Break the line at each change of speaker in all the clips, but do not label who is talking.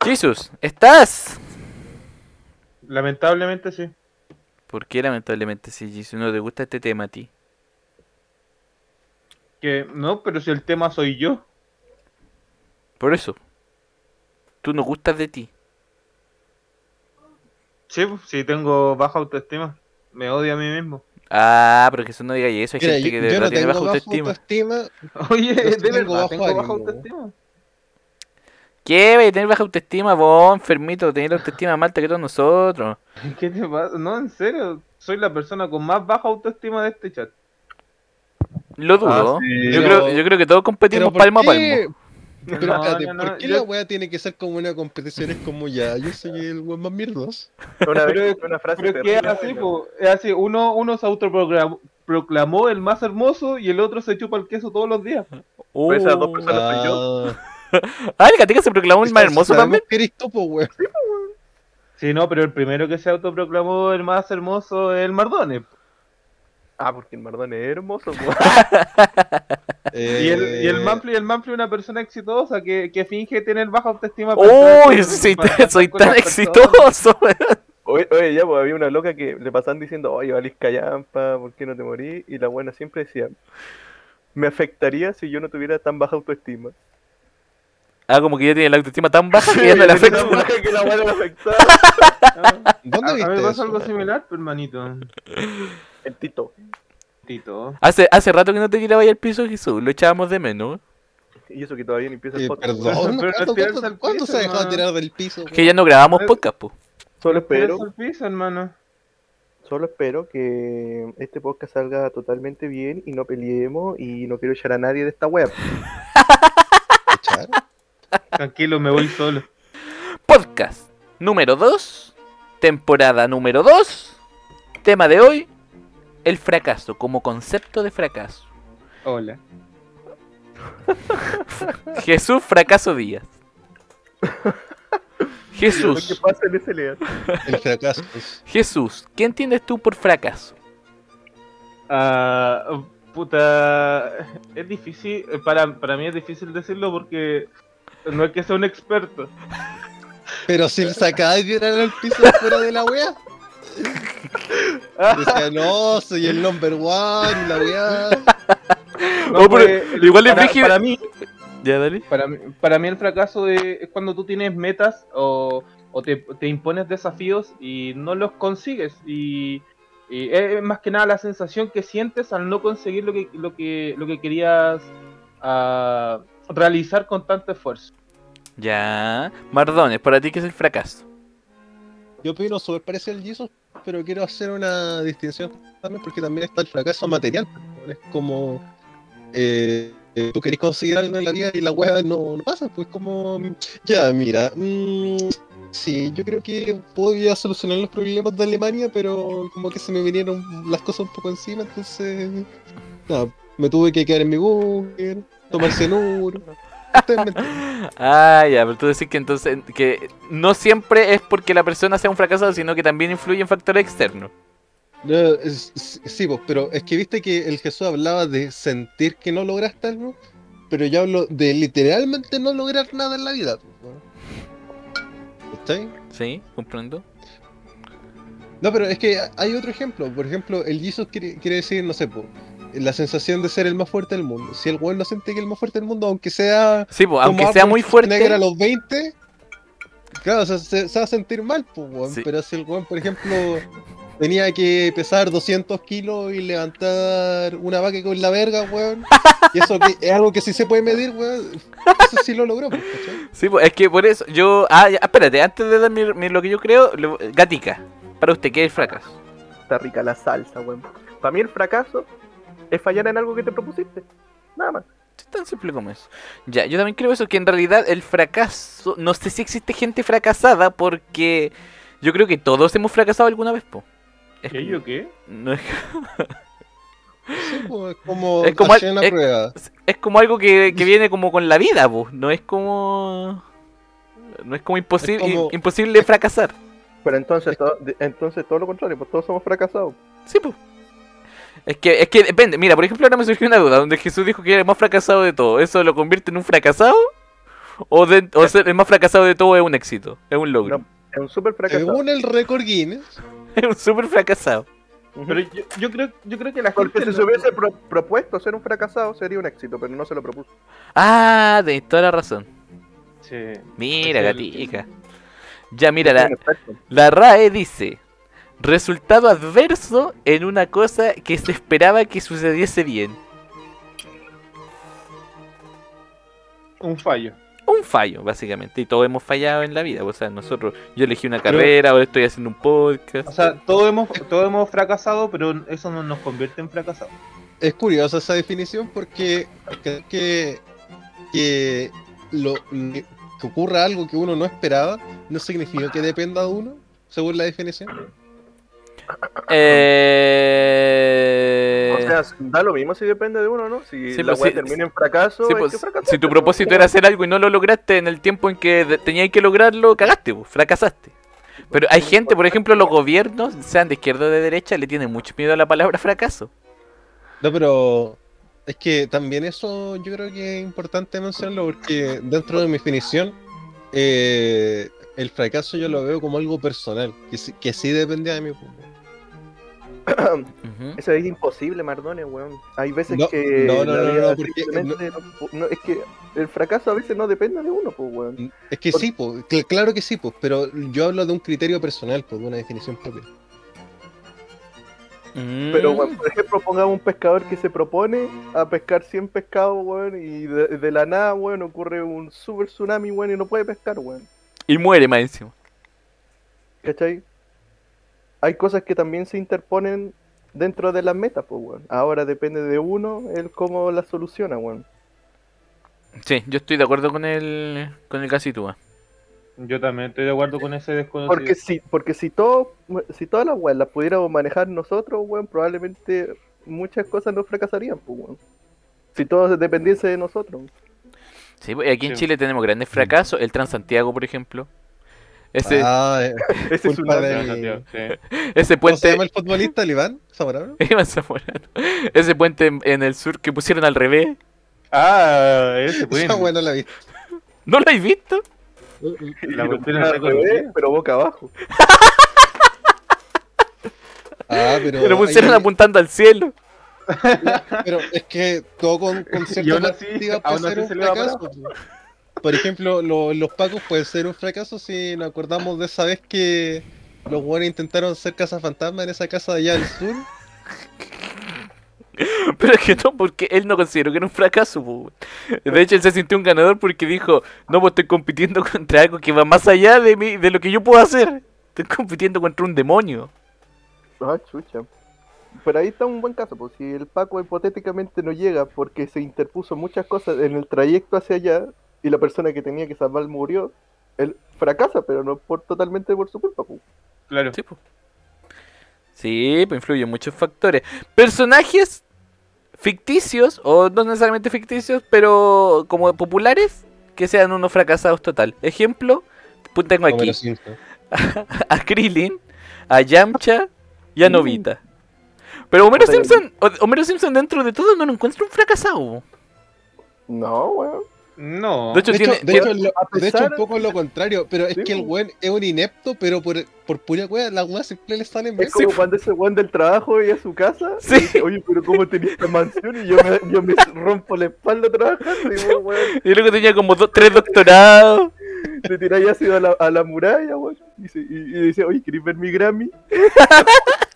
Jesus, ¿estás?
Lamentablemente sí.
¿Por qué lamentablemente si Jesus no te gusta este tema a ti?
Que no, pero si el tema soy yo.
Por eso. Tú no gustas de ti.
Sí, pues, si tengo baja autoestima. Me odio a mí mismo.
Ah, pero Jesús no diga eso. Hay
Mira,
gente
yo,
que de
yo
verdad
no
tiene
tengo
baja
bajo
autoestima.
autoestima.
Oye,
Yo
de
tengo
verdad
bajo
tengo baja
ánimo,
autoestima.
¿Qué? ¿Vais a tener baja autoestima vos, enfermito? Tenés la autoestima más alta que todos nosotros.
¿Qué te pasa? No, en serio. Soy la persona con más baja autoestima de este chat.
Lo dudo.
Ah, sí.
yo,
Pero-
creo, yo creo que todos
Pero
competimos
¿por
palmo a
qué?
palmo.
Pero
No,
espérate,
no, no,
¿por qué
yo-
la wea tiene que ser como una competición? Es como ya, yo soy el weón más mierdos.
Una vez
Pero-
escuché una frase
Pero es que es
terrible,
así,
¿no?
po. es así. Uno, uno se autoproclamó proclamó el más hermoso y el otro se chupa el queso todos los días.
Pero esas dos personas- Solo soy
Ah,
Uh. Ah, el Gatica se proclamó el más hermoso
sabemos
también.
que eres tú, po, weón.
Sí, no, pero el primero que se autoproclamó el más hermoso es el Mardone.
Ah, porque el Mardón es hermoso, po.
Y el, y el
Eh,
Manfly, el Manfly es una persona exitosa que, que finge tener baja autoestima. para estar-
¡Uy! soy,
para
tan-
estar
soy
con
tan
las personas.
exitoso!
Oye, oye, ya, pues había una loca que le pasaban diciendo, oye, valís callampa, ¿por qué no te morí? Y la buena siempre decía, me afectaría si yo no tuviera tan baja autoestima.
Ah, como que ya tiene la autoestima tan baja que ya no le
Era
afecta.
tan baja que la buena le afectaba.
Ah, A,
¿Dónde
a mí
viste
me
eso?
pasa algo similar, pero, hermanito.
El Tito.
Tito.
Hace, hace rato que no te tiraba ahí al piso, Jesús. Lo echábamos de menos.
Y eso que todavía ni empieza el
Eh,
podcast.
perdón,
Pero
¿cuándo,
tirarse
cuándo-
al
cuándo
piso,
se dejó de
no.
tirar del piso?
Que ya no grabamos podcast, po.
Solo espero,
Tírate al piso, hermano.
solo espero que este podcast salga totalmente bien y no peleemos y no quiero echar a nadie de esta web.
Char.
Tranquilo, me voy solo.
Podcast número 2, temporada número 2. Tema de hoy: el fracaso, como concepto de fracaso.
Hola.
Jesús Fracaso Díaz.
Lo que
Jesús,
pasa en ese leal.
El fracaso. pues.
Jesús, ¿qué entiendes tú por fracaso?
Ah, puta, es difícil, eh, para, para mí es difícil decirlo porque no es que sea un experto.
Pero si él se acaba de tirar al piso fuera de la wea. Decía, no, soy el number one, la wea.
No,
Oh, pero
pues,
igual es
para,
brígido.
para mí,
Ya, dale.
para, mí- para mí el fracaso es, es cuando tú tienes metas o, o te, te impones desafíos y no los consigues. Y, y es más que nada la sensación que sientes al no conseguir lo que, lo que, lo que querías ah, realizar con tanto esfuerzo.
Ya. Mardones, ¿para ti qué es el fracaso?
Yo opino súper parecido al Jesus, pero quiero hacer una distinción también porque también está el fracaso material. pues, Es como eh, eh, tú querés conseguir algo en la vida y la wea no, no pasa. Pues como, ya, mira, mm, sí, yo creo que podía solucionar los problemas de Alemania, pero como que se me vinieron las cosas un poco encima, entonces, nada, me tuve que quedar en mi búnker, tomar cianuro. Ustedes me entienden.
Ah, ya, pero tú decís que entonces que no siempre es porque la persona sea un fracasado, sino que también influyen factores externos.
No, es- es- sí, pues, pero es que viste que el Jesús hablaba de sentir que no lograste algo, pero yo hablo de literalmente no lograr nada en la vida. pues, weón. ¿Cachai?
¿Sí? ¿Comprendo?
No, pero es que hay otro ejemplo. Por ejemplo, el Jesus quiere, quiere decir, no sé, po, la sensación de ser el más fuerte del mundo. Si el weón no siente que es el más fuerte del mundo, aunque sea
Sí, pues,
como
aunque sea
Arnold
muy fuerte.
Schwarzenegger a los 20, claro, se, se- se va a sentir mal, pues, weón.
Sí.
Pero si el weón, por ejemplo, tenía que pesar 200 kilos y levantar una vaca con la verga, weón. Y eso que, es algo que sí se puede medir, weón. Eso sí lo logró, pues, ¿cachai?
Sí, pues, es que por eso yo. Ah, ya, espérate, antes de dar mi- mi- lo que yo creo, lo- Gatica, para usted, ¿qué es el fracaso?
Está rica la salsa, weón. Para mí el fracaso es fallar en algo que te propusiste. Nada más.
Es tan simple como eso. Ya, yo también creo eso, que en realidad el fracaso. No sé si existe gente fracasada, porque yo creo que todos hemos fracasado alguna vez, po. Es
¿Qué
como-
yo qué?
no es,
Sí, pues, es como,
Es como al-
hacer una
es-
prueba.
es como algo que, que viene como con la vida, po. No es como. No es como, imposi-
Es como-
imposible fracasar.
Pero entonces, todo, de- entonces todo lo contrario, pues todos somos fracasados.
Sí, pues. Es que, es que depende. Mira, por ejemplo, ahora me surgió una duda donde Jesús dijo que era el más fracasado de todo. ¿Eso lo convierte en un fracasado? O, de- o ser el más fracasado de todo es un éxito, es un logro.
No. Es un súper fracasado.
Según el récord Guinness,
Es un súper fracasado.
Pero yo, yo creo, yo creo que la gente.
Porque si se
no-
hubiese pro- propuesto ser un fracasado sería un éxito, pero no se lo propuso.
Ah, tenés toda la razón.
Sí.
Mira,
Es el-
gatica. Ya, mira, la,
Bueno, exacto.
la RAE dice: Resultado adverso en una cosa que se esperaba que sucediese bien.
Un fallo.
Un fallo, básicamente. Y todos hemos fallado en la vida. O sea, nosotros, yo elegí una carrera, ahora estoy haciendo un podcast.
O sea, todos hemos, todos hemos fracasado, pero eso no nos convierte en fracasados.
es curiosa esa definición porque creo que, que lo, que ocurra algo que uno no esperaba no significa que dependa de uno, según la definición.
Eh...
O sea, da lo mismo si depende de uno, ¿no? Si
Sí,
la
pues,
weá
sí,
termina en fracaso,
Sí,
es
pues,
que fracasaste,
si tu
¿no?
propósito era hacer algo y no lo lograste en el tiempo en que de- tenías que lograrlo, cagaste, pues, fracasaste. Pero hay gente, por ejemplo, los gobiernos, sean de izquierda o de derecha, le tienen mucho miedo a la palabra fracaso.
No, pero es que también eso yo creo que es importante mencionarlo porque dentro de mi definición eh, el fracaso yo lo veo como algo personal, que sí, que sí dependía de mí. pues.
Eso es imposible, Mardones, weón. Hay veces
No,
que.
no, no,
la
no,
vida
no, porque-
simplemente no- no, es que el fracaso a veces no depende de uno, pues, weón.
Es que
Por-
sí, pues, cl- claro que sí, pues, pero yo hablo de un criterio personal, pues, de una definición propia.
Mm.
Pero, weón, por ejemplo, pongamos un pescador que se propone a pescar 100 pescados, weón, y de, de la nada, weón, ocurre un super tsunami, weón, y no puede pescar, weón.
Y muere más encima.
¿Cachai? Hay cosas que también se interponen dentro de las metas, pues, weón. Ahora depende de uno el cómo las soluciona, weón.
Sí, yo estoy de acuerdo con el, con el Casitúa.
Yo también estoy de acuerdo con ese desconocido.
Porque si, porque si todo, si todas las weas las pudiéramos manejar nosotros, weón, probablemente muchas cosas no fracasarían, pues, weón. Si todo dependiese de nosotros.
Sí, pues, aquí en
Sí.
Chile tenemos grandes fracasos, el Transantiago, por ejemplo. Ese,
Ah, eh,
Ese es
Culpa
una...
de-
Sí, sí, sí.
ese
¿Cómo se
puente...
llama el futbolista, el Iván Zamorano?
Iván Zamorano. Ese puente en- en el sur que pusieron al revés.
Ah, ese
Esa
bueno.
buena la viste.
¿No lo habéis visto?
La
y lo
cuestión
ponen
es
al revés,
reconocida.
pero boca abajo.
Ah, pero,
Pero pusieron
ahí-
apuntando al cielo.
Pero es que todo con, con
Y
cierta
aún así-
perspectiva
aún
puede ser
así
un
se le va para
fracaso. Por ejemplo, lo- los pacos puede ser un fracaso si nos acordamos de esa vez que los buenos intentaron hacer casa fantasma en esa casa de allá del sur.
Pero es que no, porque él no consideró que era un fracaso. po, weón. De hecho, él se sintió un ganador porque dijo, no, pues estoy compitiendo contra algo que va más allá de, mí, de lo que yo puedo hacer. Estoy compitiendo contra un demonio.
Ah, chucha. Pero ahí está un buen caso, pues si el Paco hipotéticamente no llega porque se interpuso muchas cosas en el trayecto hacia allá y la persona que tenía que salvar murió, él fracasa, pero no por totalmente por su culpa. pues.
Claro.
Sí, pues. Sí, pues influyen muchos factores. Personajes ficticios, o no necesariamente ficticios, pero como populares, que sean unos fracasados total. Ejemplo, pues tengo
Homero
aquí
Simpson.
a Krillin, a Yamcha y a Novita. Pero Homero
Puta, yo-
Simpson, Ho- Homero Simpson dentro de todo no lo encuentro un fracasado.
No, weón.
No.
De hecho,
De hecho,
tiene,
de
tiene-
hecho, lo-
a
de hecho,
pesar-
un poco lo contrario, pero es
Sí,
que el
po.
buen es un inepto, pero por, por pura wea, las weas siempre le salen bien.
Es como cuando ese weón del trabajo llega a su casa. y
Sí.
dice, Oye, pero ¿cómo tenía esta mansión? Y yo me, yo me rompo la espalda trabajando. Y vos, weón,
yo creo que tenía como do- tres doctorados.
te tiráis ácido a la, a la muralla, weón. Y, se- y- y dice, oye, ¿querés ver mi Grammy?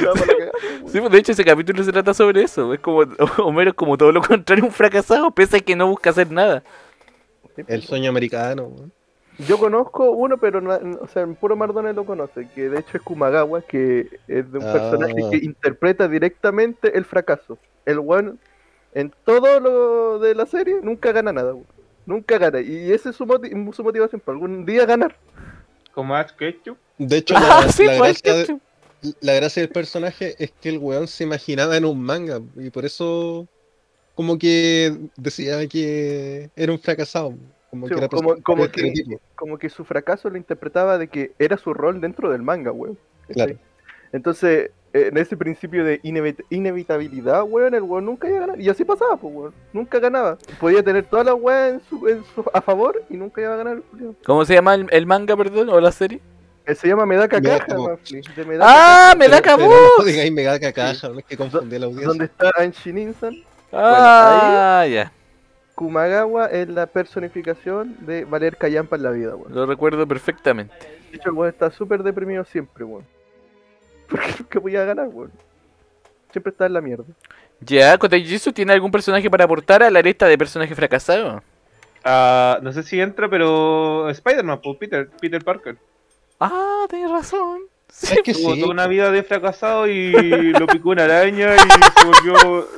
Y vamos a la cagada, weón.
Sí, pues, de hecho, ese capítulo se trata sobre eso. Es como Homero es como todo lo contrario, un fracasado, pese a que no busca hacer nada.
El sueño americano. weón.
Yo conozco uno, pero na- o sea, el puro Mardones lo conoce, que de hecho es Kumagawa, que es de un
Ah.
personaje que interpreta directamente el fracaso. El one en todo lo de la serie nunca gana nada, weón. Nunca gana. Y esa es su, moti- su motivación para algún día ganar.
Como Ash Ketchum.
De hecho,
Ah,
la,
sí,
la
pues,
gracia de-
cacho.
la gracia del personaje es que el weón se imaginaba en un manga y por eso como que decía que era un fracasado. Como
Sí,
que era
como-
persona-
como
era
que-
estereotipo,
Como que su fracaso lo interpretaba de que era su rol dentro del manga, weón.
claro.
Entonces, eh, en ese principio de inevit- inevitabilidad, weón, el weón nunca iba a ganar. Y así pasaba, pues, weón. Nunca ganaba. Podía tener todas las weas en su, en su- a favor y nunca iba a ganar el culiao.
¿Cómo se llama el, el manga, perdón? ¿O la serie?
Eh, Se llama Medaka
Medaka
Caja,
Bo.
Mafli, de Medaka
¡Ah! ¡Me da
Pero-
acabó!
pero No digáis me da cacaja, no es que confundí la
Caja,
audiencia.
Donde está Anshin Insan.
Ah, ya.
Kumagawa es la personificación de Valer Callampa en la vida, weón.
Lo recuerdo perfectamente.
De hecho, el weón está súper deprimido siempre, weón. Porque nunca podía ganar, weón. Siempre está en la mierda.
Ya, Kotaijitsu tiene algún personaje para aportar a la lista de personajes fracasados.
Ah, no sé si entra, pero Spider-Man, pues Peter, Peter Parker.
Ah, tenés razón. Sí,
Es que
Tuvo
sí.
toda una vida de fracasado y lo picó una araña y se volvió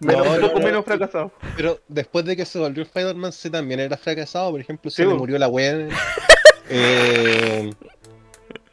No,
un
no,
poco
no.
menos fracasado.
Pero después de que se volvió Spider-Man, se también era fracasado. Por ejemplo,
Sí,
se le
bo.
murió la wea. Eh,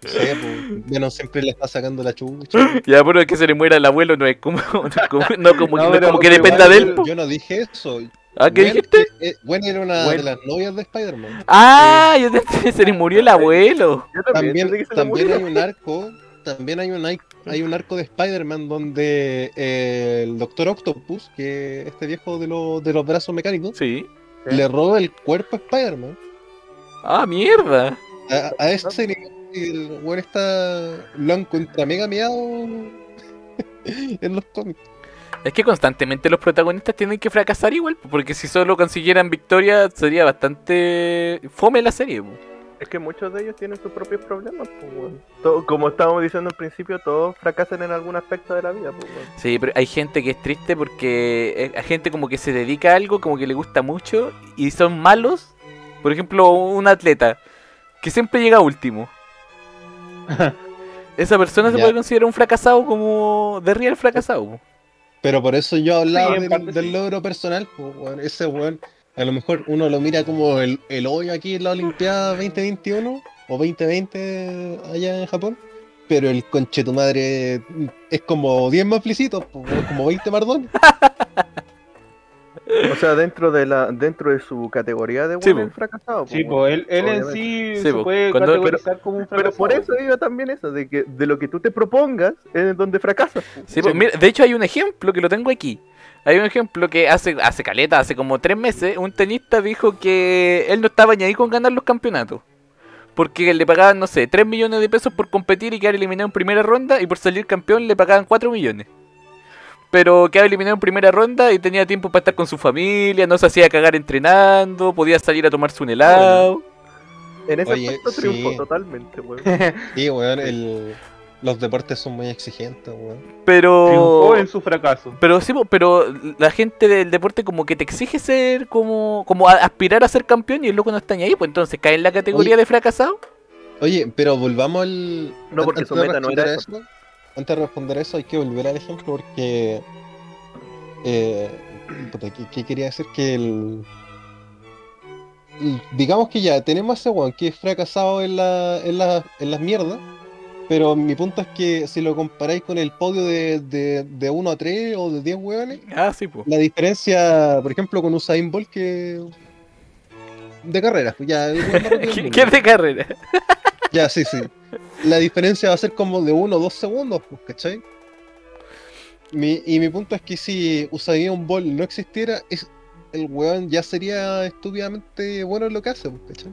no sé, po, Venom siempre le está sacando la chucha.
Ya, pero es que se le muera el abuelo, no es como, no es como, no como,
No,
no es
pero-
como que
pero
dependa
igual
de él.
el-
po.
Yo no dije eso.
¿Ah, qué
Gwen,
dijiste?
eh, Gwen era una
Gwen.
de las novias de Spider-man.
Ah, yo te entendí, se le murió el abuelo.
Yo
También,
pensé que se le
también
murió.
hay un arco, también hay un, ai- hay un arco de Spider-Man donde eh, el Doctor Octopus, que este viejo de, los de los brazos mecánicos,
Sí.
Sí.
le roba el cuerpo a Spider-Man.
Ah, mierda.
A, a ese nivel el weón está. lo encuentra mega miado en los cómics.
Es que constantemente los protagonistas tienen que fracasar igual, po, porque si solo consiguieran victoria sería bastante fome la serie. po.
Es que muchos de ellos tienen sus propios problemas, pues, weón. To- Como estábamos diciendo al principio, todos fracasan en algún aspecto de la vida, pues, weón.
Sí, pero hay gente que es triste porque eh, hay gente como que se dedica a algo, como que le gusta mucho y son malos. Por ejemplo, un atleta que siempre llega último. Esa persona se
Ya.
puede considerar un fracasado como de real fracasado. po.
Pero por eso yo hablaba
Sí, en
del,
parte
del
sí.
logro personal. po, weón. Ese weón, a lo mejor uno lo mira como el, el hoyo aquí en la Olimpiada 2021 o 2020 allá en Japón. Pero el conche tu madre es como 10 más plicitos, po, weón, como 20 mardones.
O sea, dentro de la dentro de su categoría de
Sí,
weón,
po.
el fracasado, pues,
Sí,
weón.
pues él, él en
Obviamente.
sí,
Sí,
se
po,
puede
cuando-
categorizar como un
Pero
fracasado.
por eso iba también eso, de que de lo que tú te propongas es donde fracasas. po.
Sí, pues, mira, de hecho hay un ejemplo que lo tengo aquí. Hay un ejemplo que hace, hace caleta, hace como tres meses, un tenista dijo que él no estaba ni ahí con ganar los campeonatos. Porque le pagaban, no sé, 3 millones de pesos por competir y quedar eliminado en primera ronda y por salir campeón le pagaban 4 millones. Pero quedaba eliminado en primera ronda y tenía tiempo para estar con su familia, no se hacía cagar entrenando, podía salir a tomarse un helado.
En ese
Oye,
aspecto triunfo
sí.
totalmente, weón.
Sí, weón, el- los deportes son muy exigentes, weón.
Pero...
Triunfó en su fracaso.
Pero sí, po, pero la gente del deporte como que te exige ser como como a- aspirar a ser campeón y el loco no está ni ahí, pues entonces cae en la categoría de fracasado.
Oye, pero volvamos al.
No, porque su
de
meta no era
responder eso, Antes de responder eso, hay que volver al ejemplo porque. eh, puta, ¿qué, qué quería decir? Que el. el- Digamos que ya, tenemos a ese weón que es fracasado en, la, en, la- en las mierdas. Pero mi punto es que si lo comparáis con el podio de, de, de 1 a 3 o de 10 weones,
Ah, sí, pues.
la diferencia, por ejemplo, con Usain Bolt que. De carreras, pues ya. el weón más rápido del
¿Qué,
mundo.
qué es de carrera?
Ya, sí, sí. La diferencia va a ser como de uno o dos segundos, pues, ¿cachai? Mi- y mi punto es que si Usain Bolt no existiera, es, el weón ya sería estúpidamente bueno en lo que hace, pues, ¿cachai?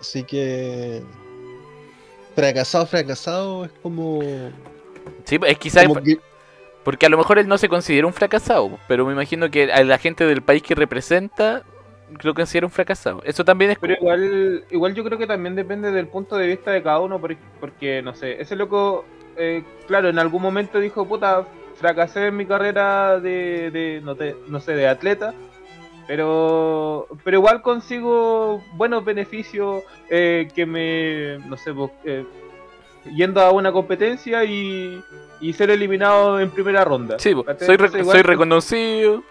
Así que... Fracasado, fracasado, es como...
Sí, pues, es quizás
como que-
porque a lo mejor él no se considera un fracasado, po, pero me imagino que a la gente del país que representa lo considera un fracasado. Eso también es
Pero igual, igual yo creo que también depende del punto de vista de cada uno, por- porque no sé, ese loco, eh, claro, en algún momento dijo, puta, fracasé en mi carrera de, de- no, te- no sé, de atleta, pero, pero igual consigo buenos beneficios eh, que me, no sé, pues, eh, yendo a una competencia y, y ser eliminado en primera ronda.
Sí, po,
¿Cachai?
soy, re-
Entonces, igual-
soy reconocido.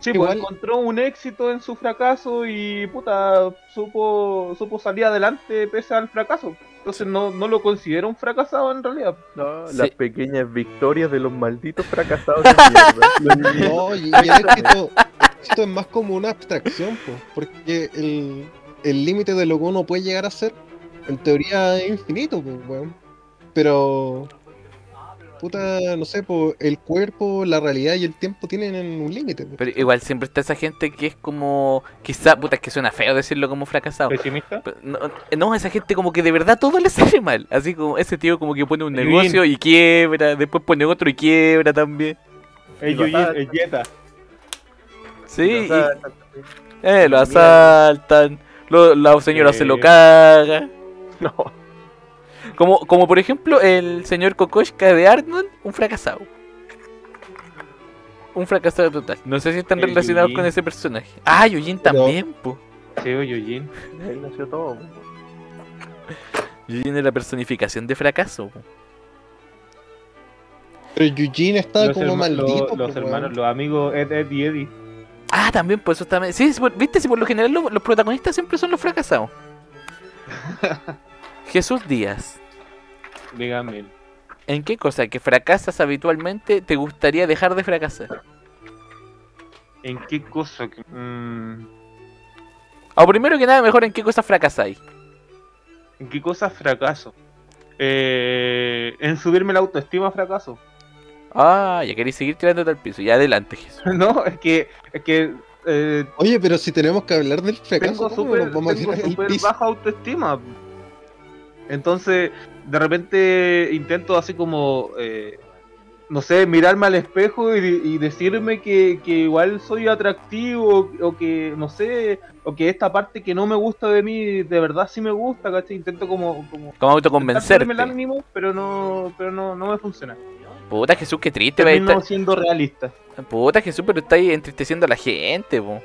Sí, pues,
Igual-
encontró un éxito en su fracaso y puta, supo, supo salir adelante pese al fracaso. Entonces no, no lo considero un fracasado en realidad.
No,
Sí.
las pequeñas victorias de los malditos fracasados de mierda.
No, y, y el éxito, esto es más como una abstracción, pues, porque el el límite de lo que uno puede llegar a ser, en teoría, es infinito, pues, weón. Pero. Puta, no sé, po, el cuerpo, la realidad y el tiempo tienen un límite. po.
Pero igual siempre está esa gente que es como. Quizá, puta, es que suena feo decirlo como fracasado.
¿Pesimista?
Pero No, eh, no, esa gente como que de verdad todo le sale mal. Así como ese tío como que pone un
El
negocio y quiebra, después pone otro y quiebra también.
Es
Lo
Yuji-
sabe.
es Yeta.
Sí,
O sea,
y- eh, lo
mierda.
asaltan, lo- la señora
Sí.
se lo caga.
no.
Como, como por ejemplo el señor Kokoshka de Arnold, un fracasado. Un fracasado total. No sé si están
El
relacionados
Yujin.
con ese personaje. Ah, Yujin
Pero-
también, po.
Sí, o Yujin.
Ahí nació todo. po.
Yujin es la personificación de fracaso. po.
Pero Eugene está
Los,
como
herma-
maldito.
los-
po,
los
weón.
hermanos, los amigos Ed, Ed y Eddie.
Ah, también, pues eso también. Sí, sí, por- viste, si por lo general lo- los protagonistas siempre son los fracasados. Jesús Díaz,
Díganme.
¿en qué cosa que fracasas habitualmente te gustaría dejar de fracasar?
¿En qué cosa? que- mm,
O primero que nada, mejor en qué cosas fracasáis.
¿En qué cosa fracaso? Eh, en subirme la autoestima fracaso.
Ah, ya queréis seguir tirándote al piso. Ya adelante, Jesús.
No, es que, es que eh,
Oye, pero si tenemos que hablar del fracaso,
tengo
¿cómo
súper
nos vamos a
tengo
tirar al
súper
piso?
baja autoestima. Entonces, de repente intento así como, eh, no sé, mirarme al espejo y, y decirme que, que igual soy atractivo o que, no sé, o que esta parte que no me gusta de mí de verdad sí me gusta, ¿cachai? Intento como... como
Como
intentar ponerme
autoconvencerte.
el ánimo, pero no, pero no, no me funciona.
Puta Jesús, qué triste. va a
Termino
estar-
siendo realista.
Puta Jesús, pero estáis entristeciendo a la gente, po.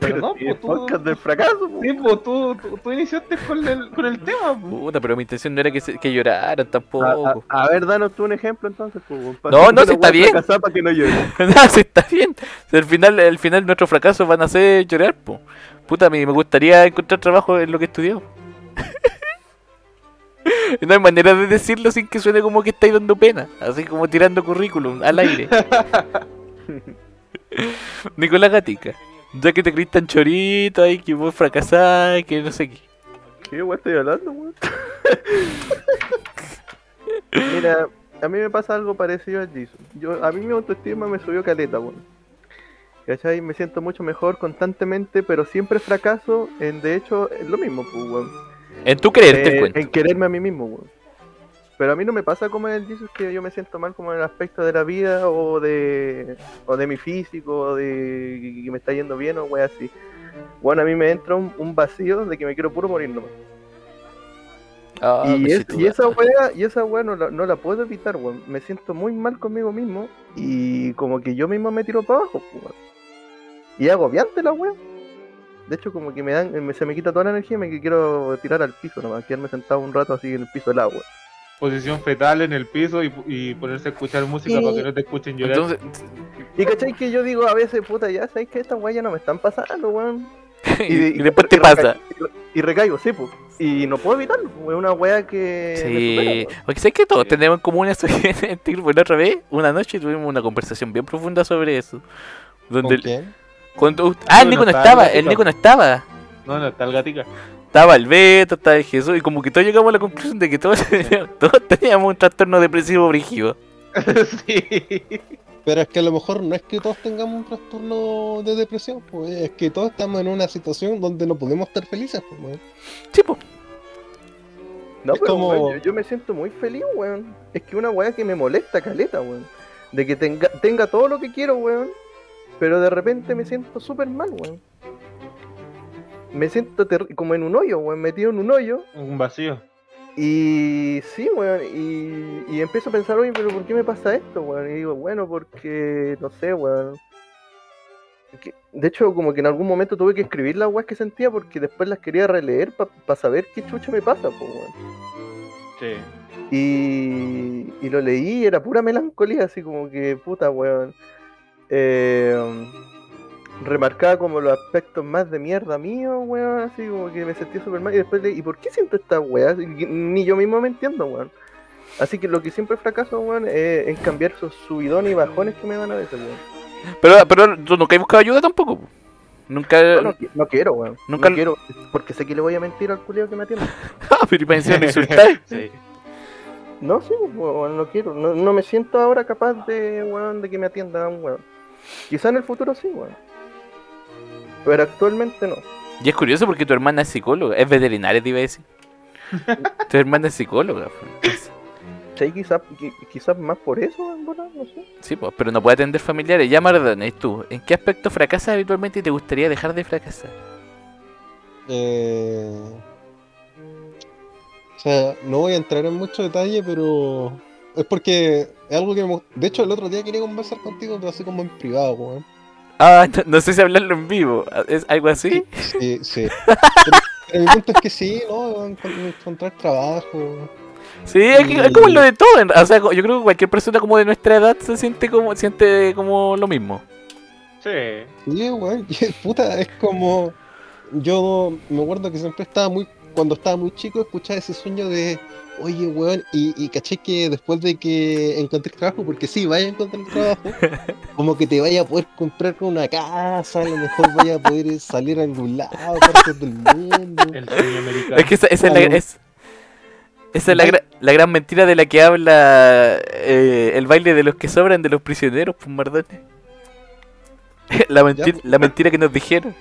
Pero no,
Sí, el
pues tú,
podcast del fracaso. po.
sí, pues, tú, tú, tú iniciaste con el, con el tema. pues.
Puta, pero mi intención no era que, se- que lloraran
A,
Ah,
a-
tampoco.
a ver, danos tú un ejemplo entonces. po, weón, pa-
No, no,
una
si está
wea
bien.
fracasada pa' que no llore.
no, si está bien. Si al final, al final nuestros fracasos van a hacer llorar, po. Puta, a mí me gustaría encontrar trabajo en lo que estudió. No hay manera de decirlo sin que suene como que estáis dando pena, así como tirando currículum al aire. Nicolás Gatica, ya que te creís tan chorito y que vos fracasás, que no sé qué.
¿Qué weón estoy hablando, weón? Mira, a mí me pasa algo parecido a Jason. Yo, a mí mi autoestima me subió caleta, weón. ¿Cachai? Me siento mucho mejor constantemente, pero siempre fracaso en, de hecho, en lo mismo, pues, weón.
En tu creerte
Eh,
el cuento.
en quererme a mí mismo, weón. Pero a mí no me pasa como él dice que yo me siento mal como en el aspecto de la vida o de, o de mi físico o de que me está yendo bien o weón así. Bueno, a mí me entra un, un vacío de que me quiero puro morir nomás.
Ah,
y,
pero
es-
si tú-
y esa weá, y esa weá no, la, no la puedo evitar, weón. Me siento muy mal conmigo mismo y como que yo mismo me tiro para abajo, pues, weón. Y es agobiante la weá. De hecho, como que me dan, me- se me quita toda la energía y me quiero tirar al piso nomás, quedarme sentado un rato así en el piso del agua.
posición fetal en el piso y, y ponerse a escuchar música
Sí.
para que no te escuchen llorar.
Entonces,
Y cachai que yo digo a veces, puta, ya sabéis que estas weas ya no me están pasando, weón.
y, y después te
recaigo,
pasa.
y re- Y recaigo, sí, pues. Y no puedo evitarlo, po, es una wea que. me supera,
Sí,
weón.
porque sé que todos
Sí.
tenemos en común eso. Sentir, bueno, otra vez, una noche tuvimos una conversación bien profunda sobre eso. Donde
¿Con quién?
cuando- ah, el
No,
Nico no
no estaba,
estaba,
no
el
estaba.
Nico no estaba.
No, no, está el gatica.
Estaba el Beto, estaba el Jesús, y como que todos llegamos a la conclusión de que todos, teníamos- todos teníamos un trastorno depresivo brígido.
sí.
Pero es que a lo mejor no es que todos tengamos un trastorno de depresión, pues, es que todos estamos en una situación donde no podemos estar felices. Pues, weón.
Sí, po.
No,
Es
pero
como-
weón, yo, yo me siento muy feliz, weón. Es que una weá que me molesta, caleta, weón. De que tenga, tenga todo lo que quiero, weón. Pero de repente me siento súper mal, weón. Me siento terri- como en un hoyo, weón, metido en un hoyo.
Un vacío.
Y sí, weón, y, y empiezo a pensar, oye, pero ¿por qué me pasa esto, weón? Y digo, bueno, porque, no sé, weón. Que- De hecho, como que en algún momento tuve que escribir las weas que sentía porque después las quería releer para saber qué chucha me pasa, pues, weón.
Sí.
Y, y lo leí y era pura melancolía, así como que puta, weón. Eh, remarcaba como los aspectos más de mierda mío, weón, así como que me sentía súper mal. Y después leí, ¿y por qué siento esta weá? Así que Ni yo mismo me entiendo, weón. Así que lo que siempre fracaso, weón, es en cambiar esos subidones y bajones que me dan a veces, weón.
Pero, pero tú nunca has buscado ayuda tampoco. po. Nunca.
No, no, qui- no quiero, weón.
Eh, Nunca
No
lo-
quiero, porque sé que le voy a mentir al culeo que me atiende.
Ah, pero y para encima me insultáis.
Sí.
No, sí, weón, no quiero. No, no me siento ahora capaz de, weón, de que me atienda un weón. Quizá en el futuro sí, weón. Pero actualmente no.
Y es curioso porque tu hermana es psicóloga, es veterinaria, te iba a decir. tu hermana es psicóloga. pues, entonces,
Sí, quizás quizás más por eso, weón, bueno, no sé.
Sí, pues, pero no puede atender familiares. Ya, Mardones, tú, ¿en qué aspecto fracasas habitualmente y te gustaría dejar de fracasar?
Eh, o sea, no voy a entrar en mucho detalle, pero es porque es algo que me... gust- De hecho, el otro día quería conversar contigo, pero así como en privado, weón.
Ah, no, no sé si hablarlo en vivo, ¿es algo así?
Sí, sí. Pero el punto es que sí, ¿no? Encon- Encontrar trabajo.
Sí, es, que- es como lo de todo. en- O sea, co- yo creo que cualquier persona como de nuestra edad se siente como, siente como lo mismo.
Sí.
Sí, weón, que puta, es como. Yo me acuerdo que siempre estaba muy. Cuando estaba muy chico, escuchaba ese sueño de. Oye, weón, y, y caché que después de que encontré trabajo, porque sí, vaya a encontrar trabajo, como que te vaya a poder comprar una casa, a lo mejor vaya a poder salir a algún lado, a partes del mundo.
El sueño americano.
Es que esa, esa es, la,
Claro.
es- esa es la, gra- la gran mentira de la que habla eh, el baile de los que sobran de los prisioneros, pues Mardones. La, menti-
pues.
la mentira que nos dijeron.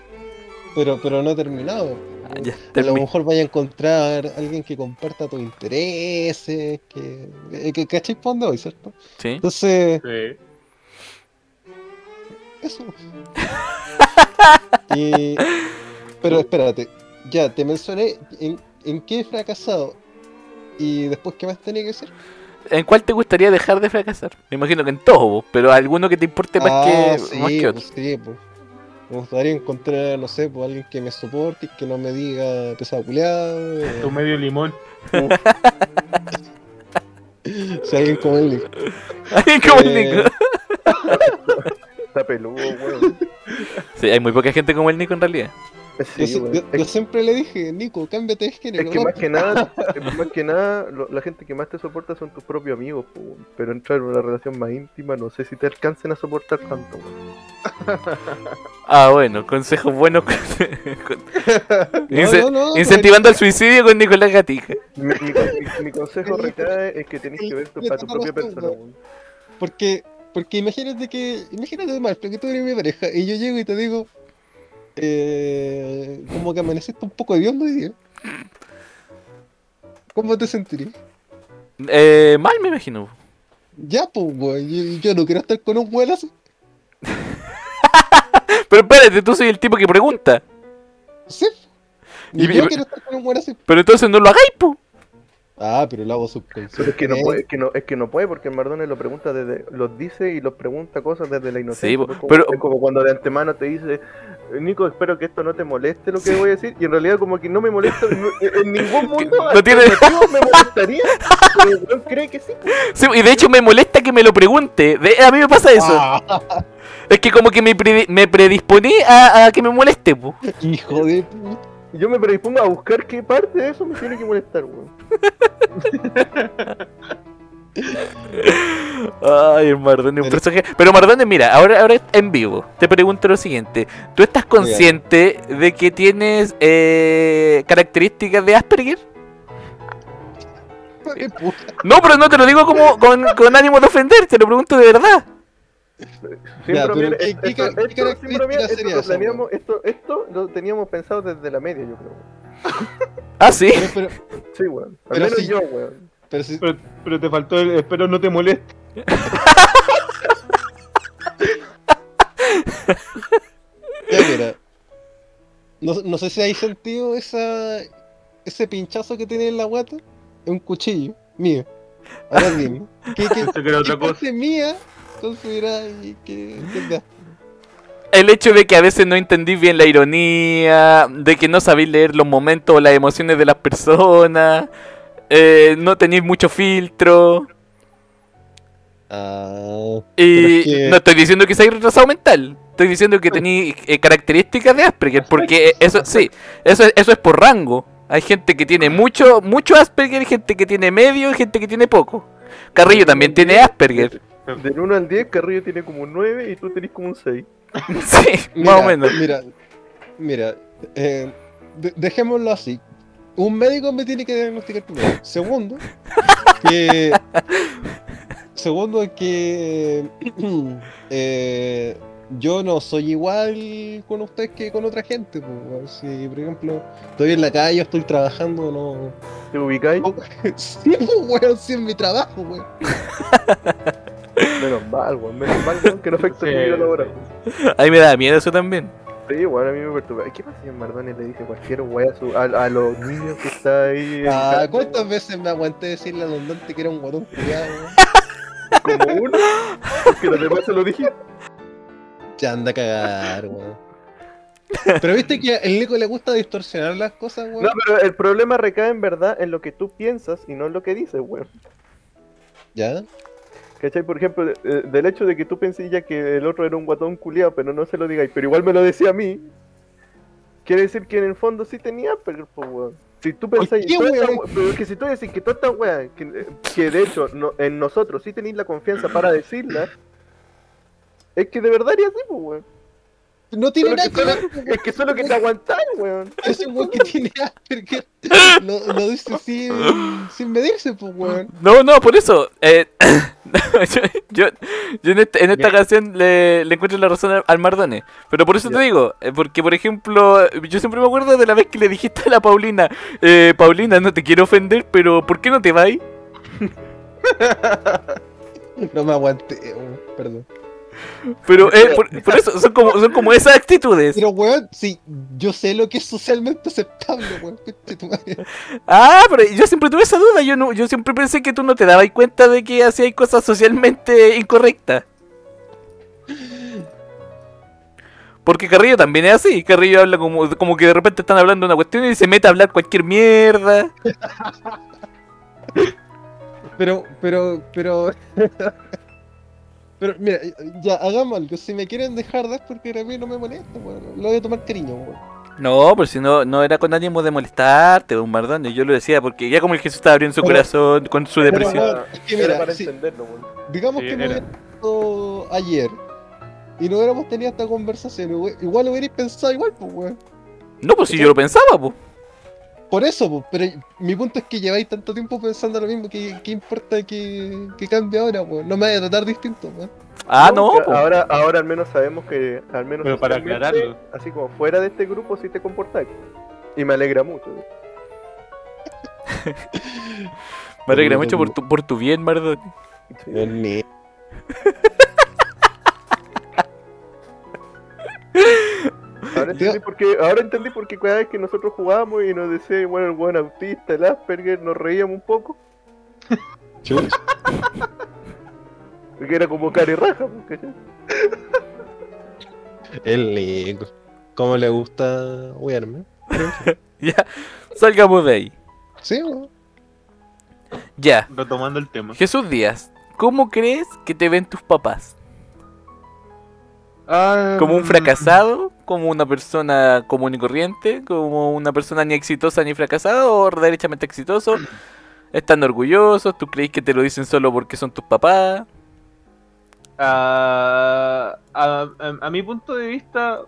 Pero, pero no he terminado.
Ah, ya,
A lo
termi-
mejor vaya a encontrar alguien que comparta tus intereses, que. eh, que ¿Cachai para dónde voy, cierto?
¿Sí?
Entonces.
Sí.
Eso. Y- Pero espérate, ya te mencioné en, en qué he fracasado. Y después, ¿qué más tenía que hacer?
¿En cuál te gustaría dejar de fracasar? Me imagino que en todo, vos, pero alguno que te importe más,
ah,
que,
sí,
más que otro.
pues, sí, pues. Me gustaría encontrar, no sé, pues alguien que me soporte, que no me diga pesado culiado. eh,
Tu medio limón.
si alguien como él.
Ay, como el
Eh,
Nico.
Está peludo, weón.
Sí, hay muy poca gente como el Nico en realidad.
Yo,
Sí,
si-
weón.
yo- yo
Es-
siempre le dije, Nico, cámbiate de género.
Es que
¿no?
más que nada, más que nada, lo- la gente que más te soporta son tus propios amigos, po, weón. pero entrar en una relación más íntima, no sé si te alcancen a soportar tanto. weón.
Ah, bueno, consejos buenos. con- Ince-
no, no, pero-
incentivando al suicidio con Nicolás Gatica.
Mi, mi con- mi- mi consejo recae es que tenés que ver tu, a tu propia persona. weón.
Porque, porque imagínate que, imagínate más, que tú eres mi pareja y yo llego y te digo, eh, como que amaneciste un poco hediondo hoy día. ¿Cómo te sentirías?
Eh, mal, me imagino.
Ya, pues, weón, yo, yo no quiero estar con un weón así.
Pero espérate, tú soy el tipo que pregunta.
Sí.
Y-
Yo
y-
quiero estar con un weón así.
Pero entonces no lo hagáis, po.
Ah, pero lo hago
Pero
subconsciente.
es que no puede, es que no, es que no puede porque el Mardones lo pregunta desde, los dice y los pregunta cosas desde la inocencia.
Sí, po,
pues, como-
pero-
es como cuando de antemano te dice, "Eh, Nico, espero que esto no te moleste lo que voy a decir, y en realidad como que no me molesta en, en ningún mundo.
no tiene-
alternativo me molestaría, pero weón cree que sí.
Sí, y de hecho me molesta que me lo pregunte. De- a mí me pasa eso.
Ah,
Es que como que me, predi- me predisponí a, a que me moleste, po.
hijo de puta.
Yo me predispongo a buscar qué parte de eso me tiene que molestar, weón.
Ay, el Mardone, un
Pero-
personaje. Pero Mardone, mira, ahora, ahora en vivo. Te pregunto lo siguiente. ¿Tú estás consciente de que tienes eh, características de Asperger?
hijo de puta.
No, pero no te lo digo como con, con ánimo de ofender, te lo pregunto de verdad.
Sin
Ya, pero
bromear,
¿qué-
esto-
qué- qué
esto- esto, sin
característica
bromear, esto
sería
lo
esa, weón?
planeamos- esto- Esto lo teníamos pensado desde la media, yo creo.
Ah, sí.
Pero, pero,
Sí, weón. Al
Pero
menos
sí.
yo, weón.
pero si-
Pero, pero te faltó el espero no te moleste.
Ya, mira. No, no sé si hay sentido esa, ese pinchazo que tiene en la guata. Es un cuchillo mío. Ahora mismo. ¿Qué, qué,
Pensé que era otra
qué
cosa.
parte mía consideráis que que es de
El hecho de que a veces no entendí bien la ironía, de que no sabéis leer los momentos o las emociones de las personas, eh, no tenéis mucho filtro.
Ah, Pero
Y
es que-
no estoy diciendo que seáis retrasado mental, estoy diciendo que tenéis eh, características de Asperger, porque eh, eso sí, eso, eso es por rango. Hay gente que tiene mucho, mucho Asperger, gente que tiene medio y gente que tiene poco. Carrillo también tiene Asperger.
Del 1 al 10, Carrillo tiene como un 9 y tú tenés como un 6.
Sí, más o menos.
Mira, mira eh, de- dejémoslo así. Un médico me tiene que diagnosticar primero. Segundo, que. Segundo, que. eh, yo no soy igual con ustedes que con otra gente. po, weón. Si, por ejemplo, estoy en la calle, estoy trabajando, no.
¿Te ubicáis?
Sí, po, weón, sí es mi trabajo, weón.
Menos mal, weón. Menos mal, weón, que no afecta mi vida laboral.
Ahí me da miedo eso también.
Sí, weón, a mí me perturba. ¿Qué pasa si en Mardones le dice cualquier weón a, su- a, a los niños que está ahí? en
Ah,
casa?
¿Cuántas veces me aguanté decirle al andante que era un guatón culiado, weón?
Como uno. Que los demás se lo dije.
Ya anda a cagar, weón. Pero viste que al Nico le gusta distorsionar las cosas, weón.
No, pero el problema recae en verdad en lo que tú piensas y no en lo que dices, weón.
¿Ya?
¿Cachai? Por ejemplo, de- eh, del hecho de que tú pensías ya que el otro era un guatón culiado, pero no se lo digáis, pero igual me lo decía a mí, quiere decir que en el fondo sí tenía Asperger, po, weón. Si tú pensáis,
qué,
toda esta
weón?
we- pero es que si tú decís que toda esta weá, que, eh, que de hecho no- en nosotros sí tenéis la confianza para decirla, es que de verdad era así, po, weón.
No tiene
Solo
nada
que
que ver,
Es que solo que te aguantar, weón.
ese weón que tiene Asperger. Lo, lo dice sin, sin medirse, pues, weón.
No, no, por eso. eh, yo, yo- yo en, este- en esta
Bien.
canción le, le encuentro la razón al, al Mardone. Pero por eso
Ya.
te digo, eh, porque por ejemplo, yo siempre me acuerdo de la vez que le dijiste a la Paulina, eh, Paulina, no te quiero ofender, pero ¿por qué no te vas? ahí?".
No me aguanté, weón. Perdón.
Pero eh, por, por eso son como, son como esas actitudes.
Pero, weón, sí, yo sé lo que es socialmente aceptable, weón. Conche tu madre.
Ah, pero yo siempre tuve esa duda. Yo no, yo siempre pensé que tú no te dabas cuenta de que hacías cosas socialmente incorrectas. Porque Carrillo también es así. Carrillo habla como, como que de repente están hablando una cuestión y se mete a hablar cualquier mierda.
Pero, pero, pero. Pero, mira, ya, hagamos algo. Si me quieren dejar de porque a mí no me molesta, weón. Lo voy a tomar cariño, weón.
No, pero si no, no era con ánimo de molestarte, un mardón. Yo lo decía porque ya como el Jesús estaba abriendo su
Pero-
corazón con su depresión.
weón, es que mira,
era para
sí.
entenderlo, weón.
Digamos
Sí,
que me
era.
hubiera visto ayer y no hubiéramos tenido esta conversación, we- igual hubierais pensado igual, pues, weón.
No, pues si yo lo pensaba, pues.
Por eso, pues, pero mi punto es que lleváis tanto tiempo pensando lo mismo que, que importa que, que cambie ahora, weón. No me vaya a tratar distinto, weón.
Ah, no,
que
pues.
Ahora, ahora al menos sabemos que, al menos
Pero para
socialmente,
aclararlo.
así como fuera de este grupo sí te comportáis. Y me alegra mucho. weón.
Me alegra mucho por tu, por tu bien, mardón.
Ahora entendí, por qué, ahora entendí por qué cada vez que nosotros jugábamos y nos decía, bueno, el buen autista, el Asperger, nos reíamos un poco. Porque era como cara y raja, pues, ¿cachai?
El negro. ¿Cómo le gusta huirme?
Ya, salgamos de ahí.
Sí, weón.
Ya.
Retomando el tema.
Jesús Díaz, ¿cómo crees que te ven tus papás?
Ah,
¿Como
Mm.
un fracasado? ¿Como una persona común y corriente? ¿Como una persona ni exitosa ni fracasada? ¿O derechamente exitoso? ¿Están orgullosos? ¿Tú crees que te lo dicen solo porque son tus papás?
a, ah, a- a- a mi punto de vista,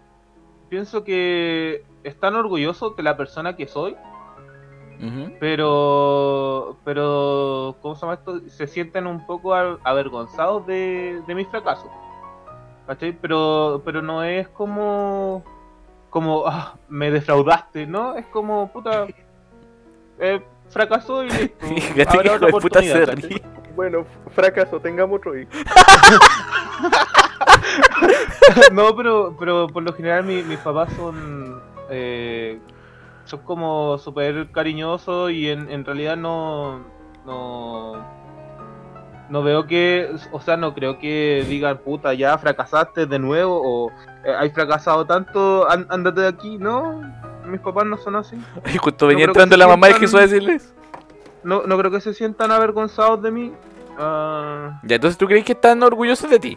pienso que están orgullosos de la persona que soy, Mm.
Ujú.
pero, pero ¿cómo se llama esto? Se sienten un poco a- avergonzados de, de mis fracasos. ¿Cachai? Pero, pero no es como, como "Ah, me defraudaste, ¿no? Es como, puta, eh, fracasó y listo.
Y Fíjate que
habrá
hijo
otra
de puta
oportunidad,
se
¿cachai?
ríe.
Bueno, fracaso, tengamos otro hijo.
No, pero, pero por lo general mi- mis papás son eh, son como súper cariñosos y en, en realidad no, no no veo que, o sea, no creo que digan, puta, ya fracasaste de nuevo o eh, hay fracasado tanto, an- ándate de aquí, ¿no? Mis papás no son así.
Y justo venía
creo que
entrando
se
la mamá de
sientan-
Jesús a decirles.
No, no creo que se sientan avergonzados de mí. Ah,
Ya, entonces tú crees que están orgullosos de ti.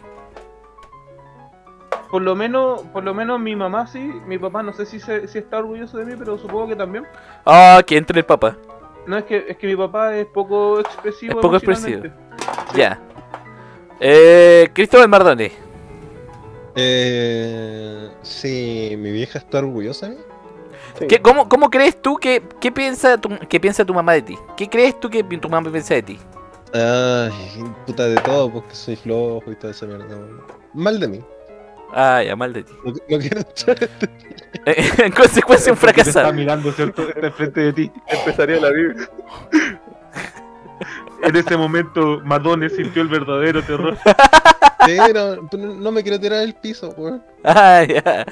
por lo menos, por lo menos mi mamá sí, mi papá no sé si, se- si está orgulloso de mí, pero supongo que también.
Ah, que entre el papá.
No, es que, es que mi papá es poco
Es
expresivo.
poco expresivo.
emocionalmente.
Ya. Eh, Cristóbal Mardones.
Eh, sí, mi vieja está orgullosa de mí.
Sí.
¿Qué- cómo, cómo crees tú que, qué piensa tu, que piensa tu mamá de ti? ¿Qué crees tú que pi- tu mamá piensa de ti?
Ay, puta de todo, porque soy flojo y toda esa mierda. weón. Mal de mí.
Ah, ya, mal de ti.
No, no quiero entrar. este
en consecuencia, un
Está
fracasado.
mirando, ¿cierto? Está enfrente de ti.
Empezaría la Biblia.
En ese momento, Madone sintió el verdadero terror.
Sí, no, no- no me quiero tirar al piso, weón.
Ah, ya.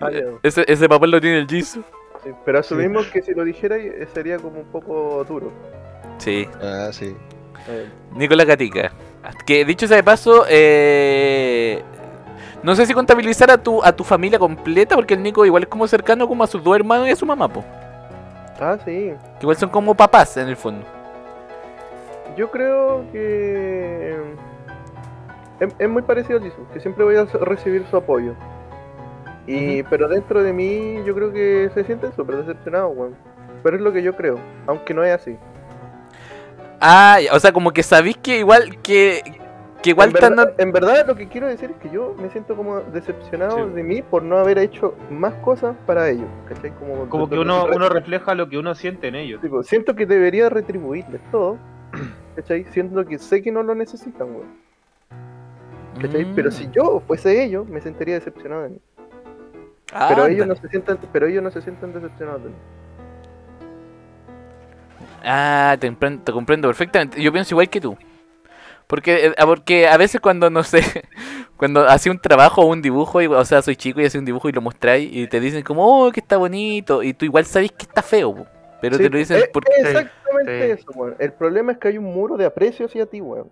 Ah, ya.
Ese, ese papel lo tiene el Jisoo.
Sí, Pero asumimos que si lo dijera eh, sería como un poco duro.
Sí.
Ah, sí.
Eh,
Nicolás Gatica. Que dicho sea de paso, eh, no sé si contabilizar a tu, a tu familia completa, porque el Nico igual es como cercano como a sus dos hermanos y a su mamá, po.
Ah, sí.
Que igual son como papás en el fondo.
Yo creo que es, es muy parecido a Jisoo, que siempre voy a so- recibir su apoyo. Y pero dentro de mí yo creo que se sienten súper decepcionados, weón. Pero es lo que yo creo, aunque no es así.
Ah, ya, o sea, como que sabéis que igual que. Que igual
en,
están.
verdad, en verdad lo que quiero decir es que yo me siento como decepcionado
Sí.
de mí por no haber hecho más cosas para ellos. ¿Cachai? Como,
Como que uno, uno refleja lo que uno siente en ellos.
Tipo, siento que debería retribuirles todo. ¿Cachai? Siento que sé que no lo necesitan, weón. ¿cachai?
Mm.
Pero
Mm.
si yo fuese ellos, me sentiría decepcionado de mí.
Ah,
pero, ellos no
ándale.
se sienten, pero ellos no se sienten decepcionados de mí.
Ah, te, empren- te comprendo perfectamente. Yo pienso igual que tú. Porque, eh, porque a veces cuando, no sé, cuando hacía un trabajo o un dibujo, y- o sea, soy chico y hacía un dibujo y lo mostráis y te dicen como, oh, que está bonito, y tú igual sabés que está feo, po, pero
Sí,
te lo dicen
eh,
porque...
Exactamente
sí.
eso, weón. El problema es que hay un muro de aprecio hacia ti, weón.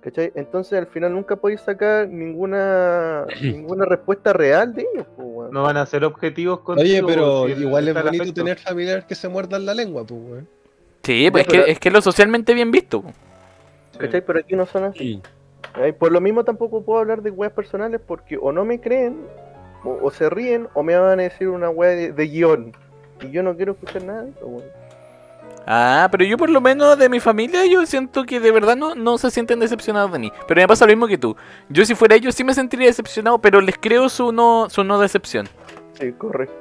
¿Cachai? Entonces al final nunca podéis sacar ninguna ninguna respuesta real de ellos, po, weón.
No van a ser objetivos contigo.
Oye, pero
si el-
igual es
está el
bonito
afecto.
tener familiares que se muerdan la lengua, pues, weón.
Sí, pues
Ya,
es,
pero-
que, es que lo socialmente bien visto. po.
Sí.
¿Cachai? Pero aquí no son así. Ay, por lo mismo tampoco puedo hablar de weas personales porque o no me creen, o, o se ríen, o me van a decir una wea de, de guión. Y yo no quiero escuchar nada de eso, weón.
Ah, pero yo por lo menos de mi familia yo siento que de verdad no, no se sienten decepcionados de mí. Pero me pasa lo mismo que tú. Yo si fuera ellos sí me sentiría decepcionado, pero les creo su no, su no decepción.
Sí, correcto.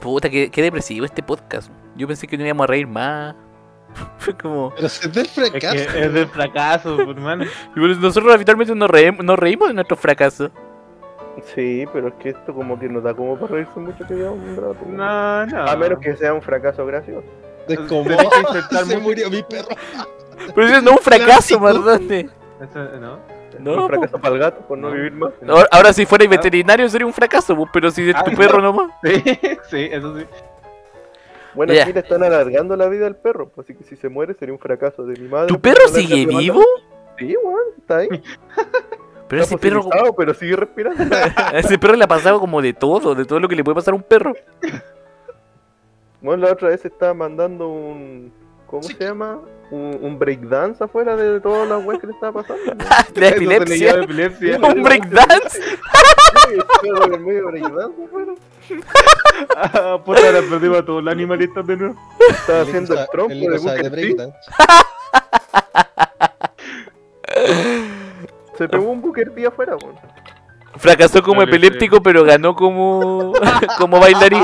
Puta, qué, qué depresivo este podcast. Yo pensé que no íbamos a reír más. Fue como.
Pero se del
Es
fracaso.
que es del fracaso, hermano.
Igual Nosotros habitualmente nos, reem- nos reímos de nuestros fracasos.
Sí, pero es que esto como que nos da como para reírse mucho que digamos un rato, weón.
No, no.
A menos que sea un fracaso gracioso.
Es como,
Tenés que insertar
se
mucho.
murió mi perro.
Pero eso no es un fracaso, Mardone.
Eso, ¿no?
No,
un fracaso
po.
para el gato por no, vivir más.
Ahora, ahora si fuerais veterinario sería un fracaso, po, pero si es
Ah,
tu
no.
perro nomás.
Sí, sí, eso sí.
Bueno,
Ya.
aquí le están alargando la vida al perro, pues, así que si se muere sería un fracaso de mi madre.
¿Tu
por
perro
no darle
sigue
a mi
vivo?
mamá. Sí, weón, está ahí.
Pero
está
pues,
ese perro,
fosilizado, pero sigue respirando.
a ese perro le ha pasado como de todo, de todo lo que le puede pasar a un perro.
Bueno, la otra vez estaba mandando un. ¿Cómo
Sí.
se llama? Un, un breakdance afuera de todas las weas que le estaba pasando. ¿no?
La
Eso se le llama
epilepsia.
epilepsia.
Un breakdance.
Sí, el perro en el medio de breakdance afuera.
Ah, Puta, ahora perdimos a todos los animalistas de nuevo.
Estaba haciendo el
Nico
trompo
sabe- Nico
de
sabe
Booker T.
breakdance.
Se pegó un Booker T afuera, weón.
Fracasó como
Dale,
epiléptico, pero ganó como, como bailarín.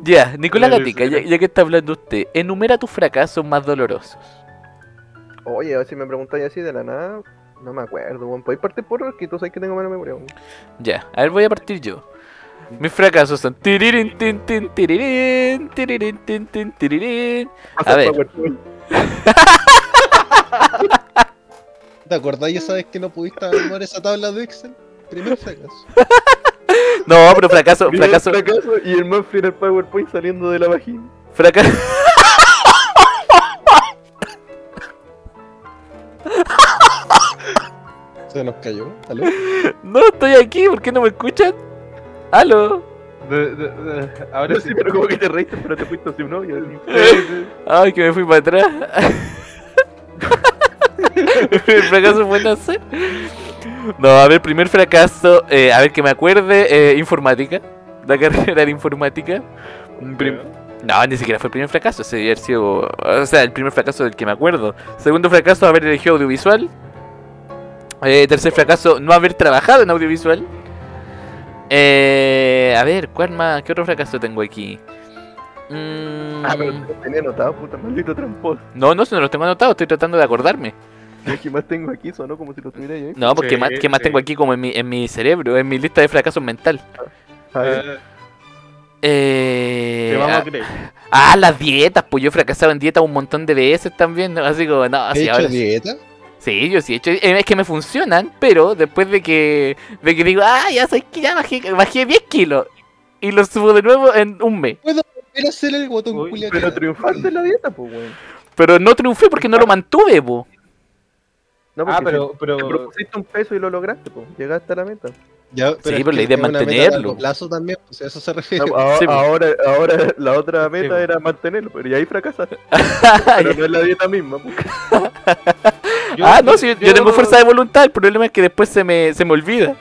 Ya, Nicolás
Dale,
Gatica, ya,
Sara.
ya que está hablando usted, enumera tus fracasos más dolorosos.
Oye, a ver si me preguntáis así de la nada. No me acuerdo, weón. Podéis partir por que tú sabes que tengo mala memoria, weón.
Ya, a ver, voy a partir yo. Mis fracasos son. tiririn, tin, tin, tiririn, tiririn, tin, tin, tiririn. A ver.
PowerPoint.
¿Te acordás esa vez que no pudiste armar esa tabla de Excel? Primer fracaso.
No, pero fracaso,
Primer
fracaso,
fracaso y el man el PowerPoint saliendo de la vagina.
fracaso.
Se nos cayó. ¿Aló?
No estoy aquí, ¿por qué no me escuchan? ¿Aló?
De- de- de- ahora
No
sí.
sé, pero como que te reíste, pero te fuiste sin novio. así.
Sí, sí.
Ay, que me fui para atrás. el fracaso fue nacer. No, a ver, primer fracaso, eh, a ver que me acuerde, eh, informática, la carrera de informática. Prim- no, ni siquiera fue el primer fracaso, ese debe haber sido, o sea, el primer fracaso del que me acuerdo. Segundo fracaso, haber elegido audiovisual. Eh, tercer fracaso, no haber trabajado en audiovisual. Eh, a ver, ¿cuál más? ¿Qué otro fracaso tengo aquí? Mm,
Ah, pero te lo tenía anotado, puta, maldito tramposo.
No, no, si no los tengo anotados, estoy tratando de acordarme.
Es que más tengo aquí, sonó como si lo tuviera ahí.
No, porque
Sí,
más, ¿qué más
sí.
tengo aquí como en mi, en mi cerebro, en mi lista de fracasos mental?
A ver,
Eh,
Eh,
te vamos
ah,
a creer.
ah, las dietas, pues yo he fracasado en dietas un montón de veces también, ¿no? así como, no,
¿He
así
hecho
ahora... Ah, sí.
dieta?
Sí, yo sí he hecho. eh, Es que me funcionan, pero después de que, de que digo, ah, ya sabes que ya bajé, bajé 10 kilos. Y lo subo de nuevo en un mes.
Era hacer el guatón
Uy,
culiao
Pero
que-
triunfaste en la dieta, pues, weón.
Pero no triunfé porque no lo mantuve, po.
No,
Ah,
porque
pero,
Te
pero
propusiste un peso y lo lograste, pues. Llegaste a la meta.
Ya, pero
Sí,
es
pero la
que
idea es
una meta a
mantenerlo. Ah,
largo plazo también, pues, a eso se refiere.
No, ahora,
Sí, po.
ahora, ahora la otra meta
po.
era mantenerlo, pero y ahí fracasaste. pero no es la dieta misma, pues.
yo-
ah, no, sí, yo, tengo fuerza de voluntad. El problema es que después se me, se me olvida.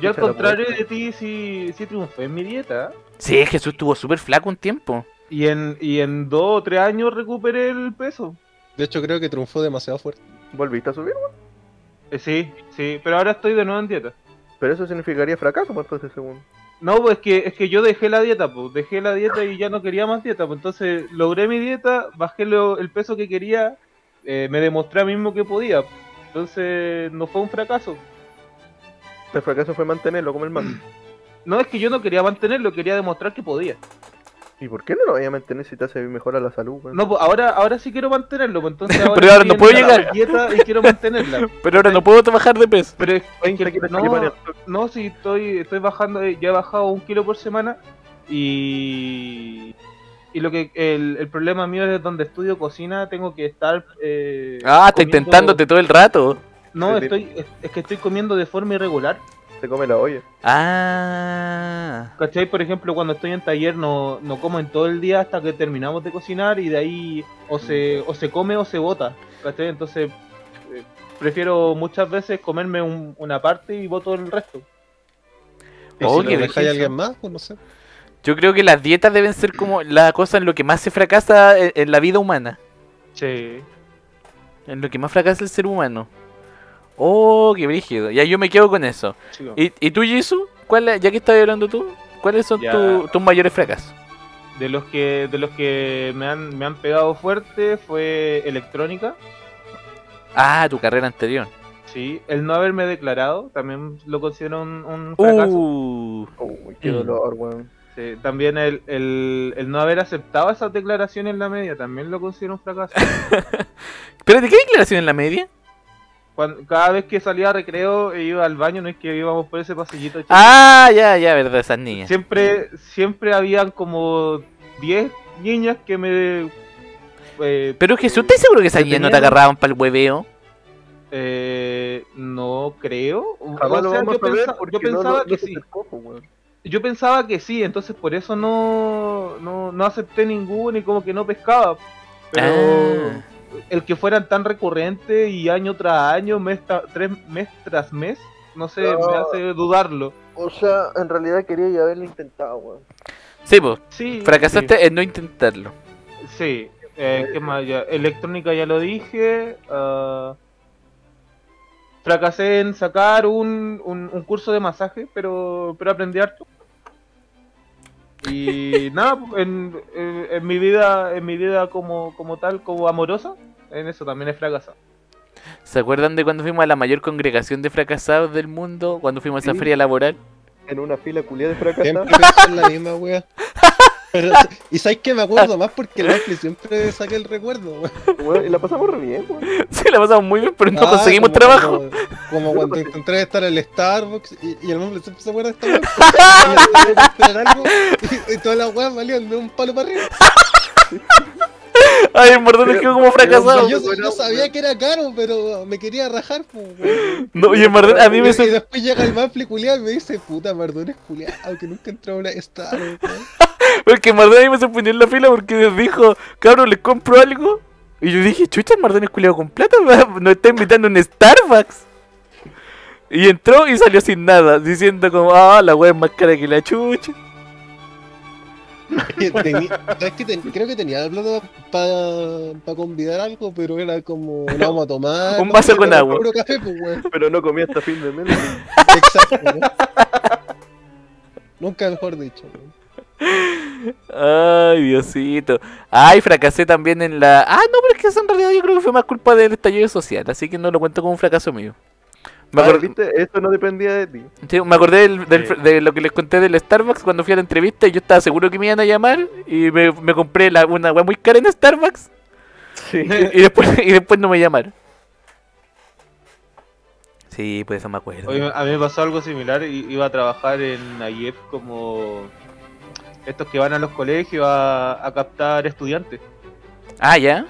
Yo al contrario de ti sí, sí triunfé en mi dieta.
Sí, Jesús estuvo súper flaco un tiempo.
Y en, y en dos o tres años recuperé el peso.
De hecho, creo que triunfó demasiado fuerte.
¿Volviste a subir? weón.
Eh, sí, sí, pero ahora estoy de nuevo en dieta.
Pero eso significaría fracaso, pues, entonces, según.
No, pues es que, es que yo dejé la dieta, pues. Dejé la dieta y ya no quería más dieta, pues. Entonces logré mi dieta, bajé lo- el peso que quería, eh, me demostré a mí mismo que podía. Entonces no fue un fracaso.
El fracaso fue mantenerlo como el man.
No, es que yo no quería mantenerlo, quería demostrar que podía.
¿Y por qué no lo voy a mantener si te hace mejor a la salud, weón?
No, pues ahora, ahora sí quiero mantenerlo, pues entonces ahora,
Pero ahora no
estoy en
puedo
la
llegar.
dieta y quiero mantenerla.
Pero ahora no puedo trabajar de peso.
Pero es que
20 kilos que
no,
vale-
no, si estoy, estoy bajando, eh, ya he bajado un kilo por semana y, y lo que el, el problema mío es donde estudio cocina, tengo que estar... eh,
Ah, está
comiendo-
intentándote todo el rato.
No, estoy, es, es que estoy comiendo de forma irregular.
Se come la olla.
Ah.
¿Cachai? Por ejemplo, cuando estoy en taller no, no como en todo el día hasta que terminamos de cocinar y de ahí o se, o se come o se bota. ¿Cachai? Entonces eh, prefiero muchas veces comerme un- una parte y boto el resto.
Y
Oh,
si
qué
lo dejáis
belleza.
a alguien más, pues no sé.
Yo creo que las dietas deben ser como la cosa en lo que más se fracasa eh, en- en la vida humana.
Sí.
En lo que más fracasa el ser humano. Oh, qué brígido. Ya yo me quedo con eso. ¿Y, y tú, Jisoo? ¿Cuál, es- ya que estás hablando tú, ¿cuáles son
Ya.
tu- tus mayores fracasos?
De los que, de los que me, han, me han pegado fuerte fue electrónica.
Ah, tu carrera anterior.
Sí. El no haberme declarado también lo considero un, un fracaso.
Uh,
Uy, qué
Mm.
dolor, weón.
Sí, también el, el, el no haber aceptado esas declaraciones en la media también lo considero un fracaso.
¿Pero de qué declaración en la media?
Cuan- cada vez que salía a recreo e iba al baño, no es que íbamos por ese pasillito. chico.
Ah, ya, ya, verdad, esas niñas.
Siempre, siempre habían como 10 niñas que me... eh,
Pero Jesús, ¿estás seguro que esas niñas no te
Detenieron.
agarraban para el hueveo?
eh, no creo. O-
Jamás
o
lo
sea,
vamos
yo,
a saber
pensa-
porque
yo
no- no-
pensaba
no
que
se
sí.
acercó, pues, weón.
Yo pensaba que sí, entonces por eso no, no, no acepté ninguno y como que no pescaba. Pero...
Ah.
el que fueran tan recurrentes y año tras año, mes, tra- tres, mes tras mes, no sé, me
Ah.
hace dudarlo.
O sea, en realidad quería ya haberlo intentado, weón.
Sí, pues,
Sí.
fracasaste en no intentarlo.
Sí. sí. Eh, ¿Qué más? Ya? Electrónica ya lo dije. ah, fracasé en sacar un, un, un curso de masaje, pero, pero aprendí harto. Y nada, en, en, en mi vida, en mi vida como, como tal, como amorosa, en eso también he fracasado.
¿Se acuerdan de cuando fuimos a la mayor congregación de fracasados del mundo? Cuando fuimos a esa
Sí.
feria laboral.
En una fila culia de
Siempre
fracasados.
pensé en la misma wea. Pero- y sabes que me acuerdo más porque Leslie siempre saca el recuerdo, weón.
weón, y la pasamos re bien, weón.
Sí, la pasamos muy bien, pero no
Ah,
conseguimos
como-
trabajo.
Como, como cuando intenté estar en el Starbucks y, y el hombre siempre se acuerda de esta wea. Y yo tenía que esperar algo y, y todas las weas valían de un palo para arriba.
Ay, el Mardones
Pero-
quedó como
Pasado,
fracasado.
Yo,
pero-
yo sabía que era caro, pero me quería rajar, pues, weón.
No, y el Mardón, a mí
Y,
me
y
suena.
después llega el Mafli culiado y me dice, puta, Mardón es culiado, que nunca entró a una Starbucks. weón".
Porque el Mardón a mí me sorprendió en la fila porque les dijo, cabrón, les compro algo. Y yo dije, chucha, el Mardón es culiado con plata, va, nos está invitando a un Starbucks. Y entró y salió sin nada, diciendo como, ah, la wea es más cara que la chucha.
Que teni- ¿sabes que ten- creo que tenía la plata para convidar algo, pero era como, no vamos a tomar.
Un vaso
no,
con
era
agua.
Puro café, pues, weón.
Pero no comí hasta fin de mes. weón.
Exacto, weón. Nunca mejor dicho, weón.
Ay, Diosito. Ay, fracasé también en la. Ah, no, pero es que eso en realidad yo creo que fue más culpa del estallido social, así que no lo cuento como un fracaso mío. Me,
Ah,
acor-
¿viste? Eso no dependía de ti.
sí, me acordé del- del-
Sí.
de lo que les conté del Starbucks cuando fui a la entrevista y yo estaba seguro que me iban a llamar y me, me compré la, una weá muy cara en Starbucks
Sí.
y, y después, y después no me llamaron. Sí, pues eso me acuerdo.
Oye, a mí me pasó algo similar, i- iba a trabajar en AIEP como estos que van a los colegios a, a captar estudiantes.
Ah, ya.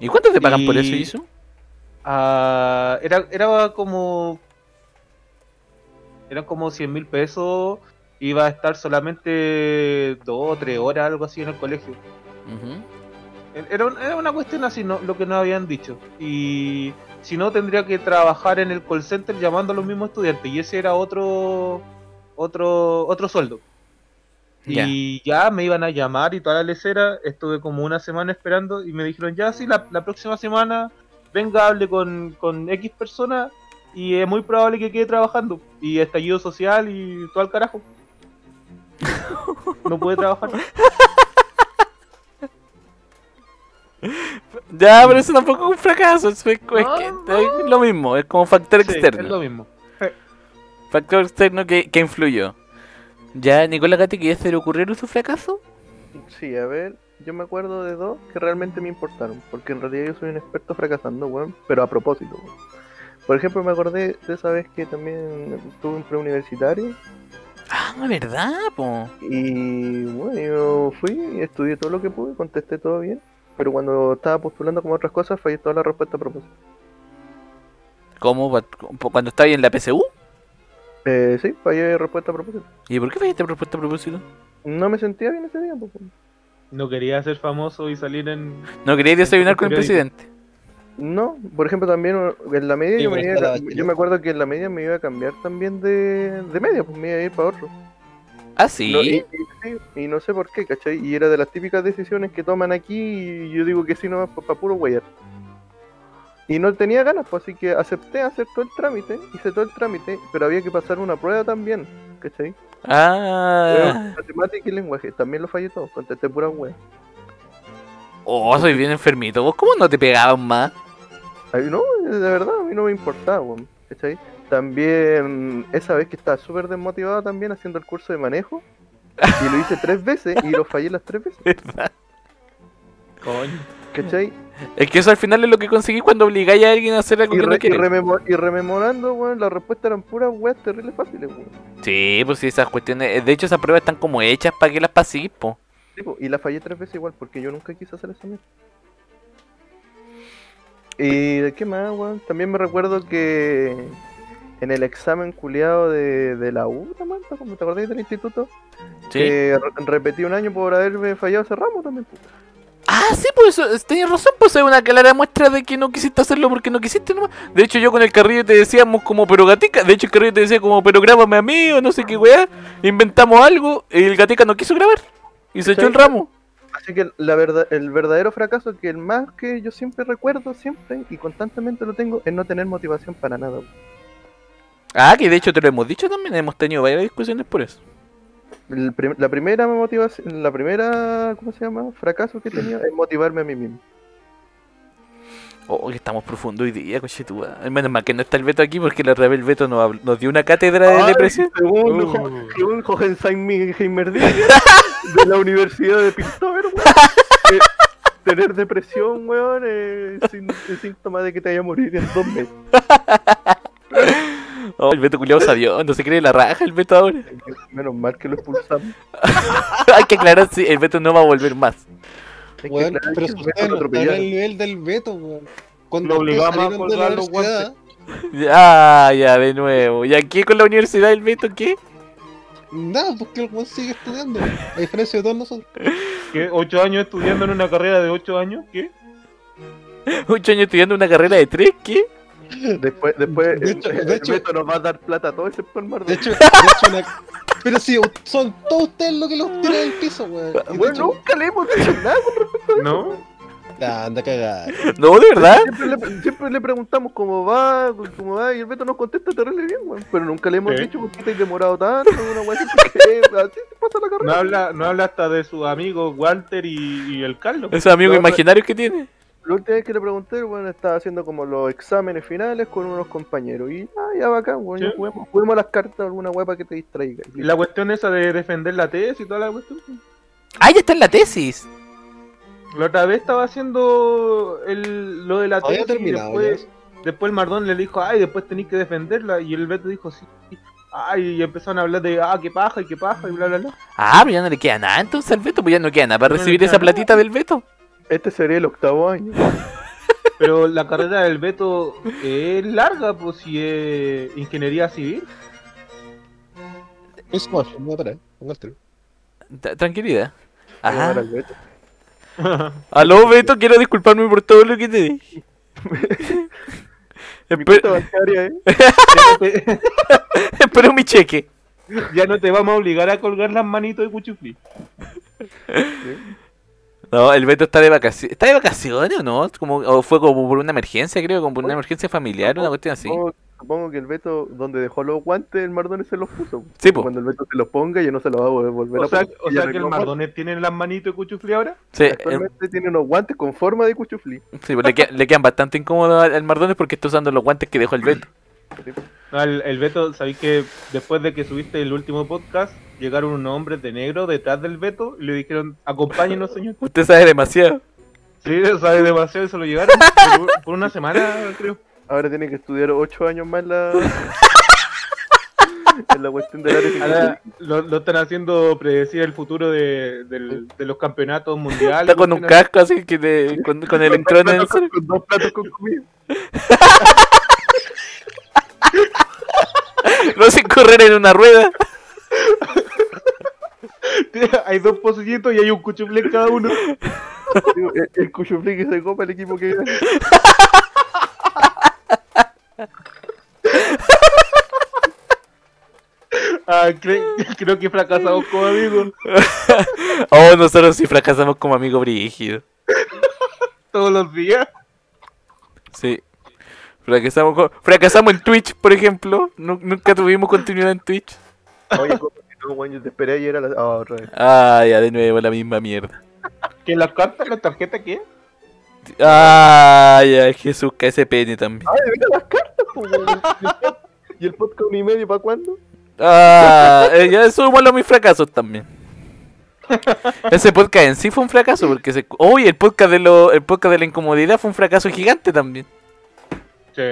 ¿Y cuánto te pagan por eso,
Y-
Isu?
Ah, era, era como... Eran como 100 mil pesos, iba a estar solamente dos o tres horas, algo así en el colegio.
Ujú.
Eh, Era, un- era una cuestión así, no, lo que nos habían dicho. Y si no, tendría que trabajar en el call center llamando a los mismos estudiantes. Y ese era otro otro otro sueldo.
Ya.
Y ya me iban a llamar y toda la lecera. Estuve como una semana esperando y me dijeron, ya, sí, la, la próxima semana venga, hable con, con X persona y es muy probable que quede trabajando. Y estallido social y todo al carajo. No pude trabajar.
Ya, pero eso tampoco es un fracaso. eso Es, es que-
No,
es lo mismo, es como factor
Sí, es
externo.
lo mismo.
Factor externo que, que influyó. Ya, Nicolás Gatti, ¿quería hacer ocurrir su fracaso?
Sí, a ver, yo me acuerdo de dos que realmente me importaron, porque en realidad yo soy un experto fracasando, weón, pero a propósito, weón. Por ejemplo, me acordé de esa vez que también tuve un preuniversitario
Ah, ¿verdad, po?
y bueno, yo fui, estudié todo lo que pude, contesté todo bien, pero cuando estaba postulando como otras cosas fallé toda la respuesta a propósito.
¿Cómo? ¿Cu- ¿Cuando estabas en la PSU?
Eh, sí, fallé respuesta a propósito.
¿Y por qué fallaste propuesta a propósito?
No me sentía bien ese día, pues, weón.
No quería ser famoso y salir en...
No quería desayunar con el
Periódico.
presidente.
No, por ejemplo también en la media
Sí,
yo, me
pero
iba a-
estaba
yo
chileno.
me acuerdo que en la media me iba a cambiar también de, de media, pues me iba a ir para otro.
Ah,
No, y,
sí.
y- sí, y no sé por qué, ¿cachai? Y era de las típicas decisiones que toman aquí y yo digo que sí, no, para puro weyar. Y no tenía ganas, pues así que acepté hacer todo el trámite, hice todo el trámite, pero había que pasar una prueba también, ¿cachai?
Ah.
Matemática y lenguaje, también lo fallé todo, contesté pura wea.
Oh, soy bien enfermito. ¿Vos cómo no te pegaban más?
Ay, no, de verdad, a mí no me importaba, weón, ¿cachai? También, esa vez que estaba súper desmotivado también haciendo el curso de manejo, y lo hice tres veces y lo fallé las tres veces,
¿Verdad?
Coño.
¿cachai?
Es que eso al final es lo que conseguís cuando obligáis a alguien a hacer algo
Y,
que
re-
no
y
quiere.
rememo- y rememorando, weón, las respuestas eran puras weas terribles fáciles, weón.
Sí, pues sí, esas cuestiones. eh, De hecho, esas pruebas están como hechas para que las pasís, po.
Sí, po, Y la fallé tres veces igual, porque yo nunca quise hacer esa mierda. Y de qué más, weón. También me recuerdo que en el examen culiado de, de la U, Samantha, como te acordáis del instituto, que re- repetí un año por haberme fallado ese ramo también. po.
Ah, sí, pues eso, es- tenías razón, pues es una clara muestra de que no quisiste hacerlo porque no quisiste nomás. De hecho, yo con el carrillo te decíamos como, pero gatica, de hecho el carrillo te decía como, pero grábame a mí o no sé qué weá. Inventamos algo y el gatica no quiso grabar y se echó el ramo.
Así que la verdad, el verdadero fracaso, que el más que yo siempre recuerdo, siempre y constantemente lo tengo, es no tener motivación para nada. weón.
Ah, que de hecho te lo hemos dicho también, hemos tenido varias discusiones por eso.
El prim- la primera motivación, la primera, ¿cómo se llama? Fracaso que he tenido es motivarme a mí mismo.
Oh, que estamos profundos hoy día, conchetuda. Ay, Menos mal que no está el Beto aquí porque la otra vez el Beto nos, habló- nos dio una cátedra de depresión.
Según Jo-
Uh.
según Hohenheim Heimerding de la Universidad de Piltover, weón. Eh, Tener depresión, weón, eh, sin- es síntoma de que te vaya a morir en dos meses.
Oh, el Beto culiado sabio, no se cree la raja el Beto ahora.
Menos mal que lo expulsamos.
Hay que aclarar, sí, el Beto no va a volver más.
Es que
Weón,
claro,
pero
que
si ustedes
el Beto lo
no están al
atropellaron.
nivel del Beto, weón. Cuando
Lo
ustedes
obligamos a
salieron de la
colgar los
universidad,
Ya, Ah, ya, de nuevo. ¿Y aquí con la universidad del Beto qué?
Nada, porque el weón sigue estudiando. A diferencia de todos nosotros.
¿Qué? ¿Ocho años estudiando en una carrera de ocho años? ¿Qué?
¿Ocho años estudiando una carrera de tres? ¿Qué?
Después, después
De hecho-
el-
de
el
hecho-
Beto nos va a dar plata a todos excepto el Mar
De hecho, de hecho una- Pero si son todos ustedes los que los tiran al piso, weón. Y de
Bueno,
hecho,
nunca le hemos dicho nada.
¿No?
Ya, anda a cagar.
No, de verdad.
Siempre le, siempre le preguntamos cómo va, cómo va, y el Beto nos contesta terrible bien, weón. Pero nunca le hemos
Sí.
dicho por qué te has demorado tanto, una weá así, porque así se pasa la
No
carrera.
habla, no habla hasta de sus amigos Walter y, y el Carlos.
Esos amigos
No, no.
imaginarios que tiene.
La última vez que le pregunté, bueno, estaba haciendo como los exámenes finales con unos compañeros. Y ah, ya bacán, weón. ya
Sí.
Juguemos, juguemos a las cartas alguna weá para que te distraiga.
Y La cuestión esa de defender la tesis y toda la cuestión.
Ah, ya está en la tesis.
La otra vez estaba haciendo el, lo de la
Había
tesis.
terminado
y
ya.
después, después el Mardón le dijo, ay, después tenéis que defenderla. Y el Beto dijo, sí. sí". Ay, y empezaron a hablar de, ah, qué paja y qué paja y bla, bla, bla.
Ah, pero ya no le queda nada entonces al Beto, pues ya no queda nada para
No le
recibir
queda
esa
nada.
platita del Beto.
Este sería el octavo año.
Pero la carrera del Beto es larga, pues si es ingeniería civil.
Es como, me voy a parar. Pongo el tiro.
Ta- Tranquilidad.
Llamar
Ajá.
al Beto.
Aló, Beto, quiero disculparme por todo lo que te dije.
Mi
Espe-
cuenta bancaria, eh.
espero mi cheque.
ya no te vamos a obligar a colgar las manitos de cuchufli.
No, el Beto está de vacaciones. ¿Está de vacaciones o no? Como, o fue como por una emergencia, creo, como por una emergencia familiar, una cuestión así.
Supongo, supongo que el Beto, donde dejó los guantes, el Mardone se los puso.
Sí, po.
Cuando el Beto se los ponga, yo no se los va a volver
O
a
sea,
poner.
o
Y
sea que el
arregló
Mardonet tiene las manitos de cuchufli ahora.
Sí, el-
Actualmente tiene unos guantes con forma de cuchuflí.
sí, pues le, queda- le quedan bastante incómodos al al Mardones porque está usando los guantes que dejó el Beto.
No, el, el Beto, sabéis que después de que subiste el último podcast, llegaron unos hombres de negro detrás del Beto y le dijeron, acompáñenos, señor.
Usted sabe demasiado.
Sí, sabe demasiado y se lo llevaron por, por una semana, creo.
Ahora tiene que estudiar 8 años más la. en la cuestión del área
Ahora
financiera.
lo, lo están haciendo predecir el futuro de, del- de los campeonatos mundiales.
Está con un
Cuestiones
casco así que le- con, con el electrón en el cerebro.
Con dos platos con comida.
Lo hacen correr en una rueda.
así. hay dos pocillitos y hay un cuchufle en cada uno.
Digo, El, el cuchuflí que se copa el equipo que gana.
Ah, cre- creo que fracasamos como amigos.
Oh, nosotros sí fracasamos como amigo brígido.
todos los días.
Sí. Fracasamos, con- fracasamos en Twitch, por ejemplo. Nu- nunca tuvimos continuidad en Twitch.
Oye, ¿cómo que no, weón? Yo te esperé ayer a la. Ah, otra vez.
Ah, ya de nuevo la misma mierda.
¿Que las cartas, la tarjeta qué?
Ah, ya Jesús KSPN también.
Ay, mira Ah, las cartas, po, weón. ¿Y el podcast un y medio para cuándo?
Ah, eh, ya sumálo a mis fracasos también. Ese podcast en sí fue un fracaso porque se... Uy, el podcast de lo... el podcast de la incomodidad fue un fracaso gigante también.
Sí.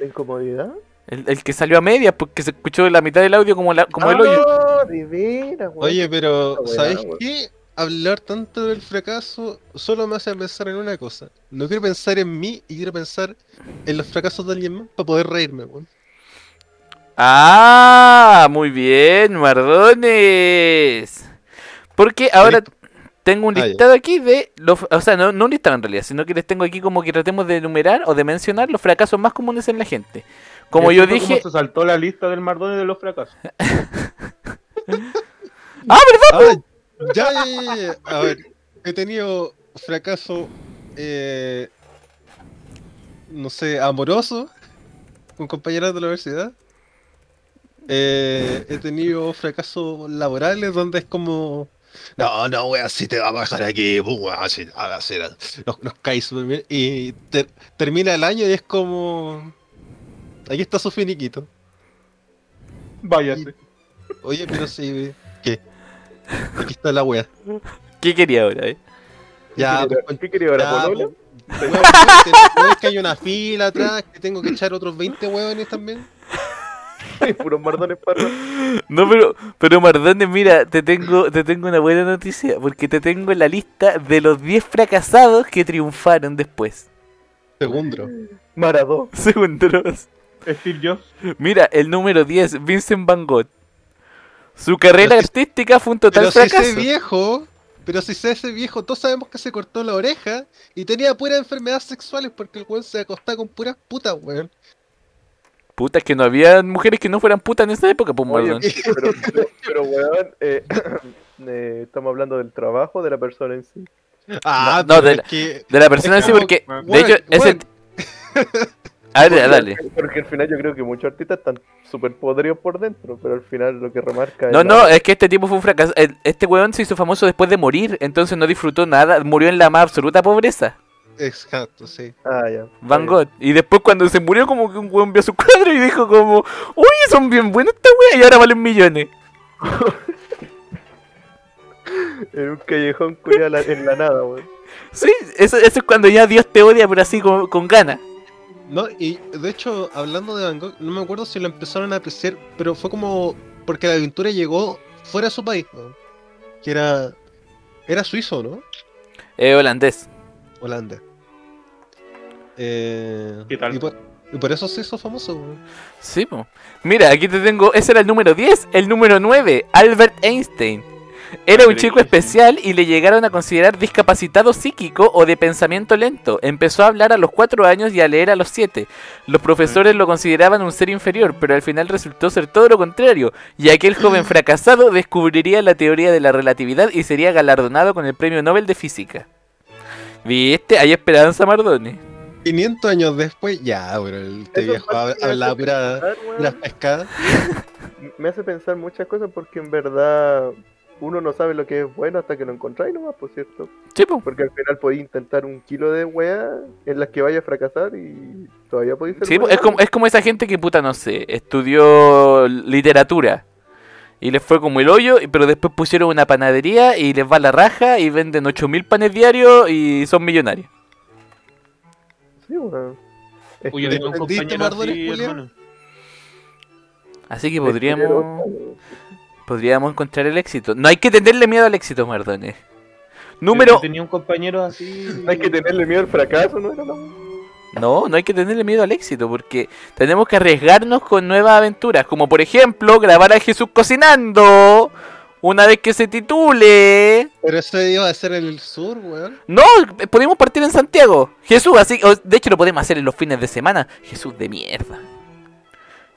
¿La incomodidad?
El, el que salió a medias porque se escuchó la mitad del audio como, la, como
Ah.
el hoyo.
Ah, No, de veras, weón.
Oye, pero
Está buena,
¿sabes
weón.
qué? Hablar tanto del fracaso solo me hace pensar en una cosa. No quiero pensar en mí y quiero pensar en los fracasos de alguien más para poder reírme, weón.
Ah, muy bien, Mardones. Porque ahora tengo un
Ah, ya.
listado aquí de los, o sea, no, no un listado en realidad, sino que les tengo aquí como que tratemos de enumerar o de mencionar los fracasos más comunes en la gente. Como
Y
yo
eso fue
dije,
se saltó la lista del Mardone de los fracasos.
Ah, ya, ya, ya, ya. A ver, he tenido fracaso, eh, no sé, amoroso con compañeras de la universidad. Eh, he tenido fracasos laborales donde es como, no, no, weón, si te va a bajar aquí, pum, weón, así, ah, así, ah". nos, nos cae súper bien. Y ter- termina el año y es como, aquí está su finiquito.
Váyase.
Oye, pero sí, ¿qué? Aquí está la wea.
¿qué quería ahora? eh?
Ya,
¿Qué
pues,
quería- ¿Qué quería ahora,
Ya,
Polola?
pues, weón, ¿no es que hay una fila atrás, que tengo que echar otros 20 huevones también.
Puros mardones para.
No, pero, pero Mardones, mira, te tengo, te tengo una buena noticia, porque te tengo la lista de los 10 fracasados que triunfaron después.
Segundo.
Maradó.
Segundos.
Steve Jobs.
Mira, el número 10, Vincent Van Gogh. Su carrera
Pero si-
artística fue un total
Pero si
fracaso.
ese viejo, pero si ese viejo, todos sabemos que se cortó la oreja y tenía puras enfermedades sexuales porque el weón se acostaba con puras putas, weón.
Puta, es que no había mujeres que no fueran putas en esa época, pues,
Oye,
Mardón.
pero, pero, pero, weón, eh, eh, estamos hablando del trabajo de la persona en sí.
Ah,
No, no,
pero
de
es
la-
que.
De la persona en sí,
Weón,
porque de
weón,
hecho es el... A ver, dale.
Porque al final yo creo que muchos artistas están súper podridos por dentro, pero al final lo que remarca
No,
es
no, es que este tipo fue un fracaso. El- Este weón se hizo famoso después de morir, entonces no disfrutó nada, murió en la más absoluta pobreza.
Exacto, sí.
Ah, ya.
Van Gogh. Y después cuando se murió como que un weón vio su cuadro y dijo como, uy, son bien buenos esta wea y ahora valen millones.
En un callejón culiao la- en la nada, weón.
Sí, eso, eso es cuando ya Dios te odia, pero así con, con ganas.
No, y de hecho, hablando de Van Gogh, no me acuerdo si lo empezaron a apreciar, pero fue como porque la aventura llegó fuera de su país, ¿no? que era era suizo, ¿no?
Eh, holandés.
Holanda. Eh,
¿Qué tal?
Y por, y por eso se hizo famoso. weón.
Sí, po. Mira, aquí te tengo. Ese era el número 10. El número 9, Albert Einstein. Era un chico especial y le llegaron a considerar discapacitado psíquico o de pensamiento lento. Empezó a hablar a los 4 años y a leer a los 7. Los profesores lo consideraban un ser inferior, pero al final resultó ser todo lo contrario. Y aquel joven fracasado descubriría la teoría de la relatividad y sería galardonado con el premio Nobel de Física. ¿Viste? Hay esperanza, Mardone.
500 años después, ya, bro, el este
Eso
viejo
fue-
hab-
me hace
hablaba pura,
pensar, weón.
pura pescada.
Me hace pensar muchas cosas porque en verdad uno no sabe lo que es bueno hasta que lo encontráis nomás, por cierto.
Sí, po.
Porque al final podéis intentar un kilo de weas en las que vaya a fracasar y todavía podéis ser
Sí, pues,
bueno.
es como, es como esa gente que, puta, no sé, estudió literatura y les fue como el hoyo, y- pero después pusieron una panadería y les va la raja y venden 8000 panes diarios y son millonarios.
Sí, weón. Es
Uy, yo
que-
tenía un
¿Entendiste,
compañero
Mardones,
así,
Julián?
hermano.
Así que
es que era
podríamos,
otra, weón.
podríamos encontrar el éxito. No hay que tenerle miedo al éxito, Mardones.
Yo
Número...
Tenía un compañero así.
No hay que tenerle miedo al fracaso, ¿no era la wea?
No, no hay que tenerle miedo al éxito porque tenemos que arriesgarnos con nuevas aventuras, como por ejemplo grabar a Jesús cocinando una vez que se titule.
Pero eso iba a ser en el sur, weón.
No, eh, podemos partir en Santiago. Jesús, así. o- de hecho, lo podemos hacer en los fines de semana. Jesús de mierda.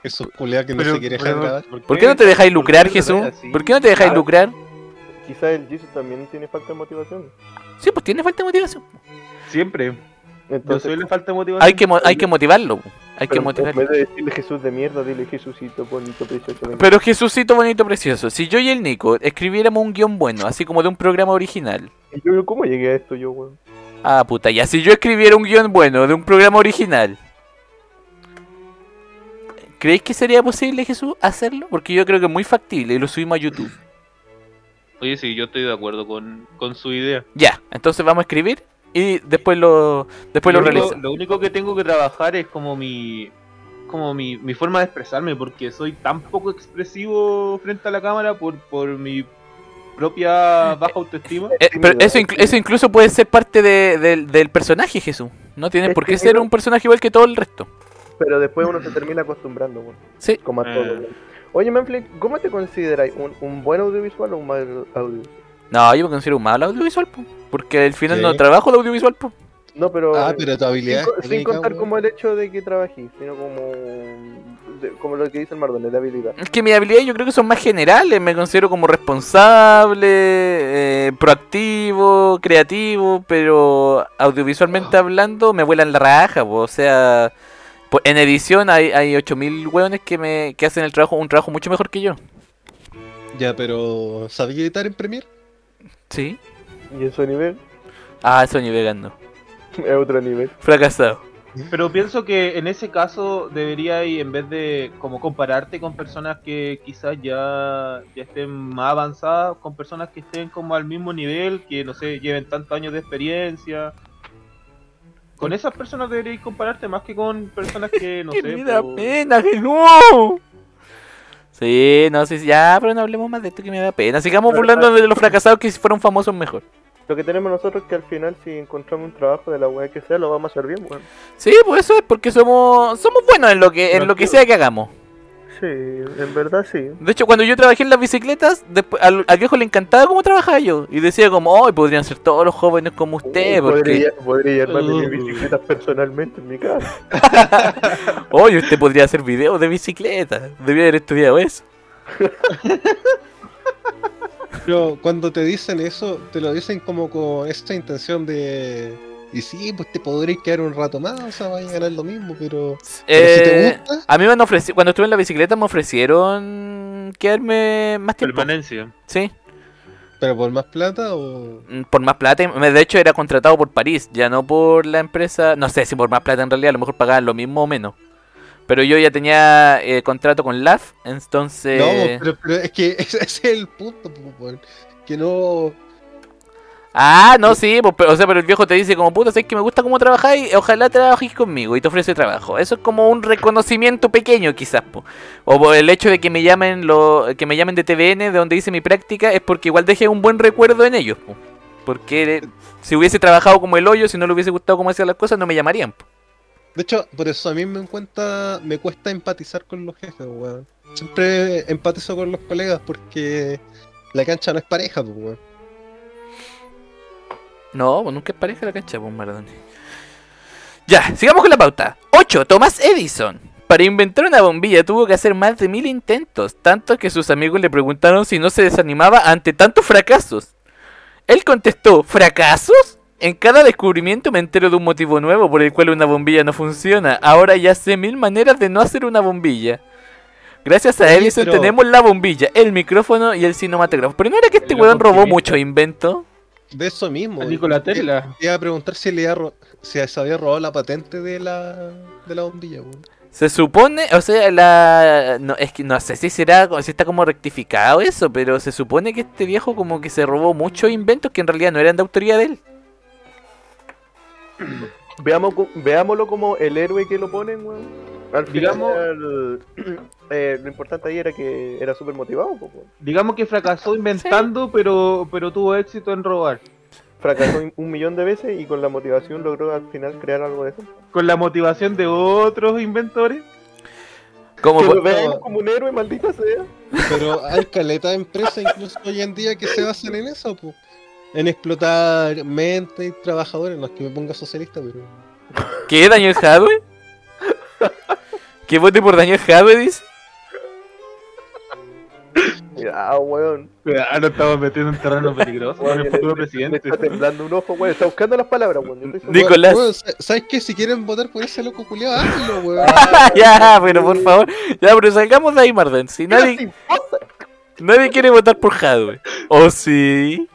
Eso, culiao, que no se quiere dejar grabar.
¿Por qué no te dejáis lucrar, Jesús? ¿Por qué no te dejáis
Claro.
lucrar?
Quizás el Jesus también tiene falta de motivación.
Sí, pues tiene falta de motivación.
Siempre. Yo
Entonces,
soy le falta de motivación.
Hay que, mo- hay que motivarlo. Hay que
pero pues, en
motivarlo.
vez de decirle Jesús de mierda, dile Jesucito bonito, precioso. venga.
Pero Jesucito bonito, precioso. Si yo y el Nico escribiéramos un guión bueno, así como de un programa original.
Y yo, ¿cómo llegué a esto yo, weón?
Ah, puta, ya. Si yo escribiera un guión bueno de un programa original. ¿Creéis que sería posible, Jesús, hacerlo? Porque yo creo que es muy factible y lo subimos a YouTube.
Oye, sí, yo estoy de acuerdo con, con su idea.
Ya, entonces vamos a escribir y después lo después lo
lo, único,
realiza.
lo único que tengo que trabajar es como mi como mi, mi forma de expresarme, porque soy tan poco expresivo frente a la cámara por, por mi propia baja autoestima.
Eh, pero eso, inclu- eso incluso puede ser parte de- del- del personaje, Jesús. No tienes
Es
por qué
que
ser
creo-
un personaje igual que todo el resto.
Pero después uno se termina acostumbrando, weón.
Sí.
Como a
Eh.
todo, weón. Oye, Manfred, ¿cómo te consideráis? ¿Un, un buen audiovisual o un mal audiovisual?
No, yo me considero un mal audiovisual, po, porque al final
Sí.
no trabajo de audiovisual. po.
No, pero.
Ah, pero tu
Sin,
habilidad.
co- sin
escénica,
contar
weón.
como el hecho de que trabajé, sino como. de- como lo que dice el Mardones, de habilidad.
Es que mis habilidades yo creo que son más generales. Me considero como responsable, eh, proactivo, creativo, pero audiovisualmente hablando me vuelan la raja. po, O sea, po- en edición hay, hay 8.000 hueones que, me, que hacen el trabajo un trabajo mucho mejor que yo.
Ya, pero ¿sabía editar en Premiere?
Sí.
Y en su nivel,
Ah, Sony Vegan no.
es otro nivel.
Fracasado.
Pero pienso que en ese caso debería y en vez de como compararte con personas que quizás ya, ya estén más avanzadas, con personas que estén como al mismo nivel, que no sé, lleven tantos años de experiencia. Con esas personas deberíais compararte más que con personas que no sé.
¡Qué vida
po.
pena, que no! Sí, no, sí, sí, ya, pero no hablemos más de esto que me da pena. Sigamos
Pero-
burlando de los fracasados que si fueron famosos mejor.
Lo que tenemos nosotros es que al final, si encontramos un trabajo de la wea que sea, lo vamos a hacer bien, weón.
Sí, pues eso es porque somos somos buenos en lo que en lo que sea que hagamos.
Sí, en verdad sí.
De hecho, cuando yo trabajé en las bicicletas, despu- al, al viejo le encantaba cómo trabajaba yo. Y decía como, hoy podrían ser todos los jóvenes como usted, porque
podría, podría armar mis
Uh.
bicicletas personalmente en mi casa.
hoy usted podría hacer videos de bicicleta. Debía haber estudiado eso.
Pero cuando te dicen eso, te lo dicen como con esta intención de. Y sí, pues te podréis quedar un rato más, o sea, vais a ganar lo mismo, pero. Pero si te
Eh,
gusta-
a mí me han ofreci- cuando estuve en la bicicleta me ofrecieron quedarme más tiempo.
Permanencia.
Sí,
¿Pero por más plata o.?
mm, por más plata. y- De hecho, era contratado por París, ya no por la empresa. No sé si por más plata en realidad, a lo mejor pagaban lo mismo o menos. Pero yo ya tenía eh, contrato con LAF, entonces.
No, pues, pero, pero es que ese es el punto, pues, weón. Que no.
Ah, no, sí, pues, pero- o sea, pero el viejo te dice como puta, sabes que me gusta cómo trabajáis, ojalá trabajes conmigo y te ofrece trabajo. Eso es como un reconocimiento pequeño quizás, po. O po, el hecho de que me llamen lo, que me llamen de TVN, de donde hice mi práctica, es porque igual dejé un buen recuerdo en ellos, po. Porque eh, si hubiese trabajado como el hoyo, si no le hubiese gustado cómo hacían las cosas, no me llamarían, po.
De hecho, por eso a mí me cuenta, me cuesta empatizar con los jefes, weón. Siempre empatizo con los colegas porque la cancha no es pareja, pues, weón.
No, pues nunca es pareja la cancha, pues Maradona. Ya, sigamos con la pauta. 8. Tomás Edison. Para inventar una bombilla tuvo que hacer más de mil intentos, tanto que sus amigos le preguntaron si no se desanimaba ante tantos fracasos. Él contestó, ¿fracasos? En cada descubrimiento me entero de un motivo nuevo por el cual una bombilla no funciona. Ahora ya sé mil maneras de no hacer una bombilla. Gracias a
Oye,
Edison
pero-
tenemos la bombilla, el micrófono y el cinematógrafo. Pero no era que este
El
weón robó
optimista.
muchos inventos.
De eso mismo.
A Nikola Tesla.
Te iba a preguntar si le había ro- si se había robado la patente de la, de la bombilla, weón.
Se supone, o sea, la no, es que no sé si será si está como rectificado eso, pero se supone que este viejo como que se robó muchos inventos que en realidad no eran de autoría de él.
Veamos, cu- veámoslo como el héroe que lo ponen, weón. Al
Digamos-
final, eh, lo importante ahí era que era súper motivado, po, weón.
Digamos que fracasó inventando, pero, pero tuvo éxito en robar.
Fracasó un- un millón de veces y con la motivación logró al final crear algo de eso.
Con la motivación de otros inventores.
Como
Que
por-
lo veamos como un héroe, maldita sea.
Pero hay caleta de empresas incluso hoy en día que se basan en eso, pues. En explotar mente y trabajadores. No es que me ponga socialista, pero.
¿Qué Daniel Hadwe? ¿Qué vote por Daniel Hadwe dice?
Mira, weón.
Ah, nos estamos metiendo en terreno peligroso con el futuro
Me
presidente.
está temblando un ojo, weón. Está buscando las palabras, weón. Yo estoy seguro.
Digo- Nicolás.
Weón, sa- ¿Sabes qué? Si quieren votar por ese loco culiado, hazlo, weón.
Ah.
Ah, ya, pero por favor, ya, pero salgamos de ahí, Marden. Si
¿Qué les
nadie,
importa?
nadie quiere votar por Hadwe. ¿O sí?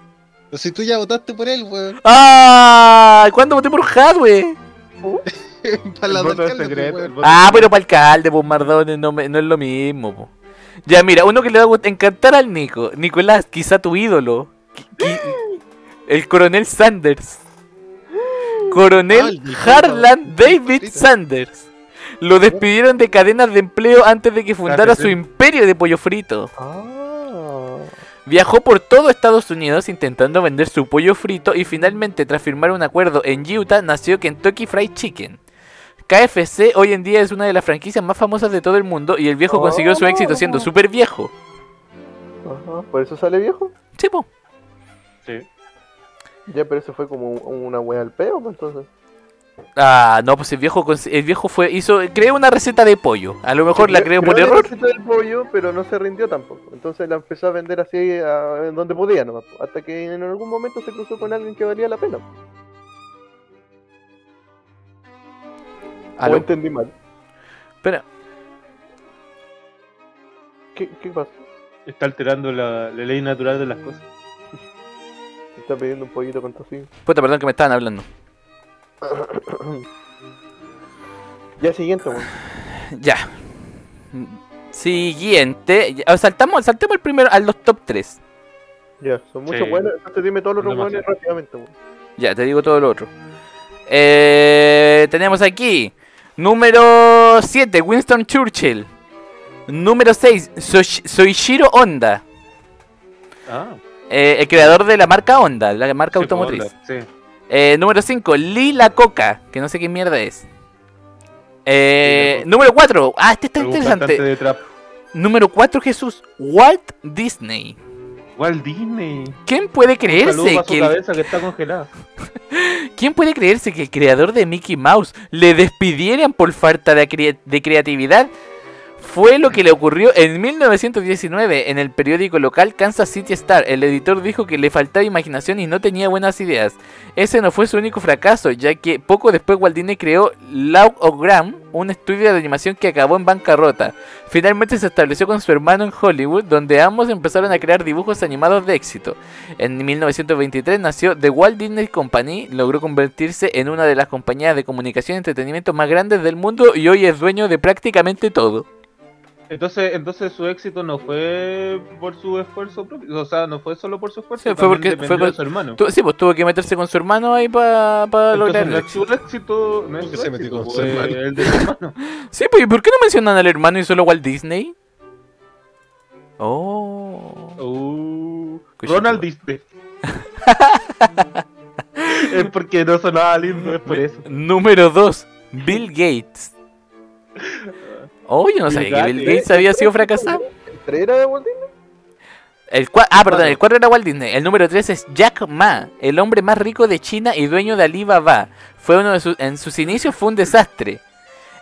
Pero si tú ya votaste por él, weón.
¡Ah! ¿Cuándo voté por Hadwe?
Para la
El voto
alcalde,
es secreto,
pues,
el
weón.
voto
Ah,
es
pero para alcalde, pues Mardones, no, me- no es lo mismo. po. Ya, mira, uno que le va a gust- encantar al Nico. Nicolás, quizá tu ídolo. Qui- qui- el coronel Sanders.
Ah,
Coronel
el Nicolás,
Harlan
el
David
patito.
Sanders. Lo despidieron de cadenas de empleo antes de que fundara su
sí.
imperio de pollo frito.
Ah.
Viajó por todo Estados Unidos intentando vender su pollo frito y finalmente tras firmar un acuerdo en Utah nació Kentucky Fried Chicken. KFC hoy en día es una de las franquicias más famosas de todo el mundo y el viejo consiguió su éxito siendo
Oh.
súper viejo.
Ajá, ¿Por eso sale viejo?
Sí, po.
Sí.
Ya, pero eso fue como un- una wea al peo, pues, entonces.
Ah, no, pues el viejo, consi- el viejo fue, hizo, creó una receta de pollo. A lo mejor la creó por
Creó la
error.
receta del pollo, pero no se rindió tampoco. Entonces la empezó a vender así a- en donde podía nomás. po, Hasta que en algún momento se cruzó con alguien que valía la pena.
A
o
lo-
entendí mal.
Espera,
¿Qué, qué pasa?
Está alterando la, la ley natural de las cosas.
Está pidiendo un pollito con tocino.
puta, perdón que me estaban hablando.
Ya siguiente, weón.
Ya. Siguiente. Ya, Saltamos, saltemos el primero a los top 3.
Ya, son muchos
Sí.
buenos. Entonces dime todos los otros
Demasiado.
buenos rápidamente, weón.
Ya, te digo todo lo otro. Eh, tenemos aquí. Número 7, Winston Churchill. Número 6, Soichiro Honda.
Ah,
eh, el creador de la marca Honda, la marca
sí,
automotriz.
pues, onda, Sí.
Eh, número 5, Lee La Coca, que no sé qué mierda es. Eh,
Lee La Coca.
número 4, ah, este está
Algún
interesante.
cantante de trap.
Número 4, Jesús, Walt Disney.
Walt Disney.
¿Quién puede
Saludos
creerse
a su
que el
cabeza que está congelada.
¿Quién puede creerse que el creador de Mickey Mouse le despidieran por falta de, crea- de creatividad? Fue lo que le ocurrió en 1919 en el periódico local Kansas City Star. El editor dijo que le faltaba imaginación y no tenía buenas ideas. Ese no fue su único fracaso, ya que poco después Walt Disney creó Law O'Gram, un estudio de animación que acabó en bancarrota. Finalmente se estableció con su hermano en Hollywood, donde ambos empezaron a crear dibujos animados de éxito. En 1923 nació The Walt Disney Company, logró convertirse en una de las compañías de comunicación y entretenimiento más grandes del mundo y hoy es dueño de prácticamente todo.
Entonces, entonces su éxito no fue por su esfuerzo propio, o sea, no fue solo por su esfuerzo,
Sí, fue
también
porque-
dependió
fue por-
de su hermano.
Tu- sí, pues tuvo que meterse con su hermano ahí para
Entonces,
lograr el
no es
éxito.
su éxito, no es
Porque
su
se metió
éxito,
con su
fue
hermano.
el de su hermano.
Sí, pues ¿y ¿por qué no mencionan al hermano y solo Walt Disney? Oh.
Uh,
Cuchito.
Ronald Disney. es porque no sonaba lindo, es por eso.
Número 2. Bill Gates. Oh, yo no
Bill
sabía que
Gates,
Bill
¿eh?
Gates había sido fracasado.
¿Tres era de Walt Disney?
El cua- ah, perdón,
Cuatro.
el 4 era Walt Disney. El número 3 es Jack Ma, el hombre más rico de China y dueño de Alibaba. Fue uno de sus, en sus inicios fue un desastre.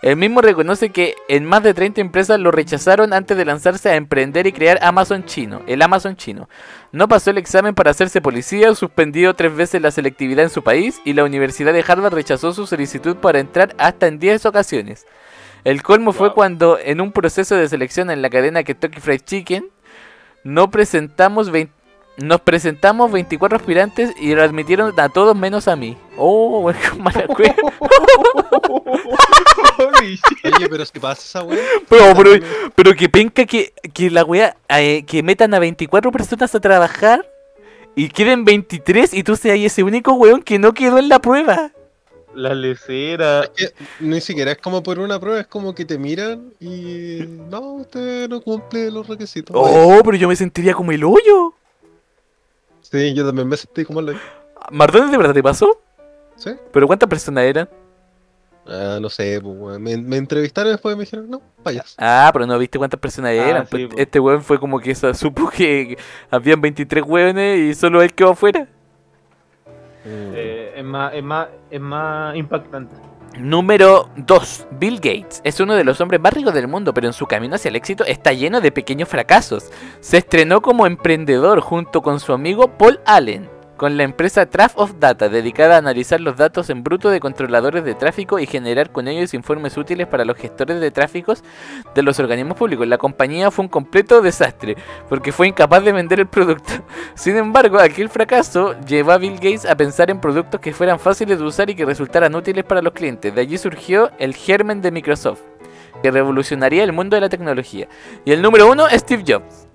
El mismo reconoce que en más de 30 empresas lo rechazaron antes de lanzarse a emprender y crear Amazon chino, el Amazon chino. No pasó el examen para hacerse policía, suspendido tres veces la selectividad en su país y la Universidad de Harvard rechazó su solicitud para entrar hasta en 10 ocasiones. El colmo fue
Wow.
cuando en un proceso de selección en la cadena Kentucky Fried Chicken no presentamos 20 nos presentamos 24 aspirantes y lo admitieron a todos menos a mí. Oh, bueno, mala cueva.
Holy shit.
Oye, pero ¿qué pasa, weón?
Pero, pero, pero que penca que, que la wea, eh, que metan a 24 personas a trabajar y queden 23 y tú seas ese único weón que no quedó en la prueba.
La lecera.
Ni siquiera es como por una prueba, es como que te miran y no, usted no cumple los requisitos.
Oh, pero yo me sentiría como el hoyo.
Sí, yo también me sentí como la...
¿Mardones de verdad te pasó?
¿Sí?
¿Pero cuántas personas eran?
Ah, no sé, pues, weón. Me, me entrevistaron después y me dijeron, no, vayas.
Ah, pero no viste cuántas personas
Ah,
eran.
sí,
pues,
po.
este weón fue como que sa- supo que habían 23 weones y solo él quedó afuera.
Eh, es, más, es, más, es más impactante.
Número 2. Bill Gates es uno de los hombres más ricos del mundo, pero en su camino hacia el éxito está lleno de pequeños fracasos. Se estrenó como emprendedor junto con su amigo Paul Allen, con la empresa Traf of Data, dedicada a analizar los datos en bruto de controladores de tráfico y generar con ellos informes útiles para los gestores de tráficos de los organismos públicos. La compañía fue un completo desastre, porque fue incapaz de vender el producto. Sin embargo, aquel fracaso llevó a Bill Gates a pensar en productos que fueran fáciles de usar y que resultaran útiles para los clientes. De allí surgió el germen de Microsoft, que revolucionaría el mundo de la tecnología. Y el número uno, Steve Jobs.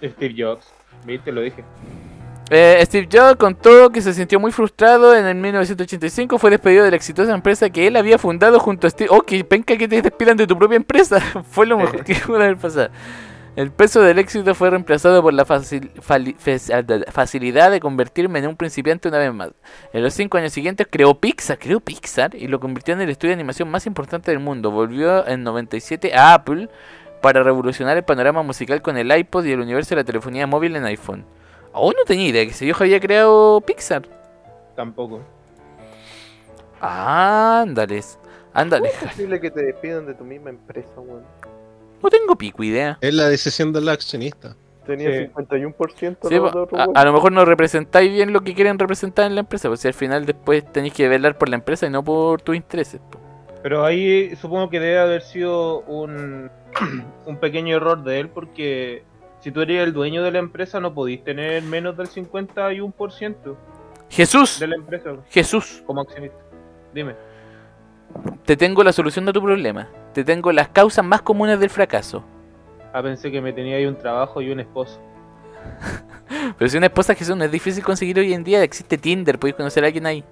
Steve Jobs. ¿Viste? Lo dije.
Eh, Steve Jobs contó que se sintió muy frustrado en el 1985, fue despedido de la exitosa empresa que él había fundado junto a Steve... ¡Oh, que penca que te despidan de tu propia empresa! fue lo mejor que pudo haber pasado. El peso del éxito fue reemplazado por la facil- fali- fe- facilidad de convertirme en un principiante una vez más. En los cinco años siguientes creó Pixar, creó Pixar y lo convirtió en el estudio de animación más importante del mundo. Volvió en 97 a Apple para revolucionar el panorama musical con el iPod y el universo de la telefonía móvil en iPhone. Aún no tenía idea que ese viejo había creado Pixar.
Tampoco.
Ándales, ándales.
¿Cómo es posible que te despidan de tu misma empresa, weón?
No tengo pico idea.
Es la decisión del accionista.
Tenía
Sí.
51%
Sí,
los
po,
otros,
a,
weón.
a lo mejor no representáis bien lo que quieren representar en la empresa, pues si al final después tenéis que velar por la empresa y no por tus intereses. po.
Pero ahí supongo que debe haber sido un, un pequeño error de él porque si tú eres el dueño de la empresa no podís tener menos del 51%
Jesús,
de la empresa
Jesús,
como accionista. Dime.
te tengo la solución a tu problema. Te tengo las causas más comunes del fracaso.
Ah, pensé que me tenía ahí un trabajo y un esposo.
Pero si una esposa Jesús no es difícil conseguir hoy en día, existe Tinder, podéis conocer a alguien ahí.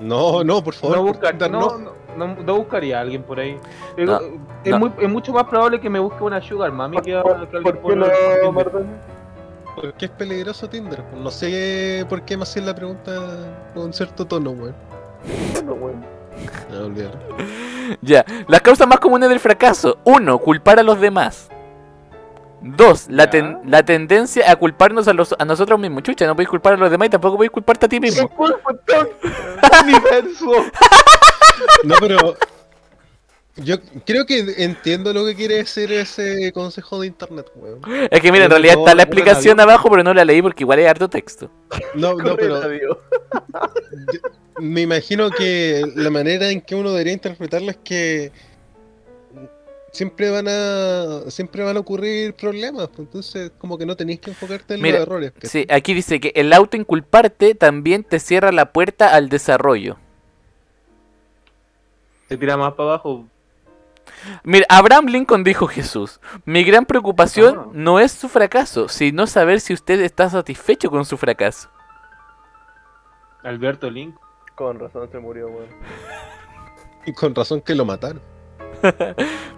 No, no, por favor.
No, buscar-
dar-
no, no, no- no buscaría a alguien por ahí. Es,
No,
es
no.
muy- es mucho más probable que me busque una sugar mami que, a- que alguien
¿Por qué
por-
no, Mardones?
Porque es peligroso Tinder. No sé por qué me hacían la pregunta con cierto tono, weón.
No, weón.
No, olvídalo.
Ya, las causas más comunes del fracaso. Uno, culpar a los demás. Dos, la,
Ya.
ten- la tendencia a culparnos a, los, a nosotros mismos. Chucha, no podéis culpar a los demás y tampoco podéis culparte a ti mismo.
culpa entonces? Universo.
No, pero. Yo creo que entiendo lo que quiere decir ese consejo de internet, weón.
Es que mira, en
Pero
realidad
no,
está la
no, bueno,
explicación abajo, pero no la leí porque igual es harto texto.
No, no,
Corre el
pero
avión.
yo- me imagino que la manera en que uno debería interpretarlo es que siempre van a siempre van a ocurrir problemas, pues, entonces como que no tenéis que enfocarte en
Mira,
los errores. que-
Sí, aquí dice que el auto inculparte también te cierra la puerta al desarrollo.
Se tira más para abajo.
Mira, Abraham Lincoln dijo Jesús, mi gran preocupación
Ah.
no es su fracaso, sino saber si usted está satisfecho con su fracaso.
Alberto Link.
Con razón se murió, weón.
Y con razón que lo mataron.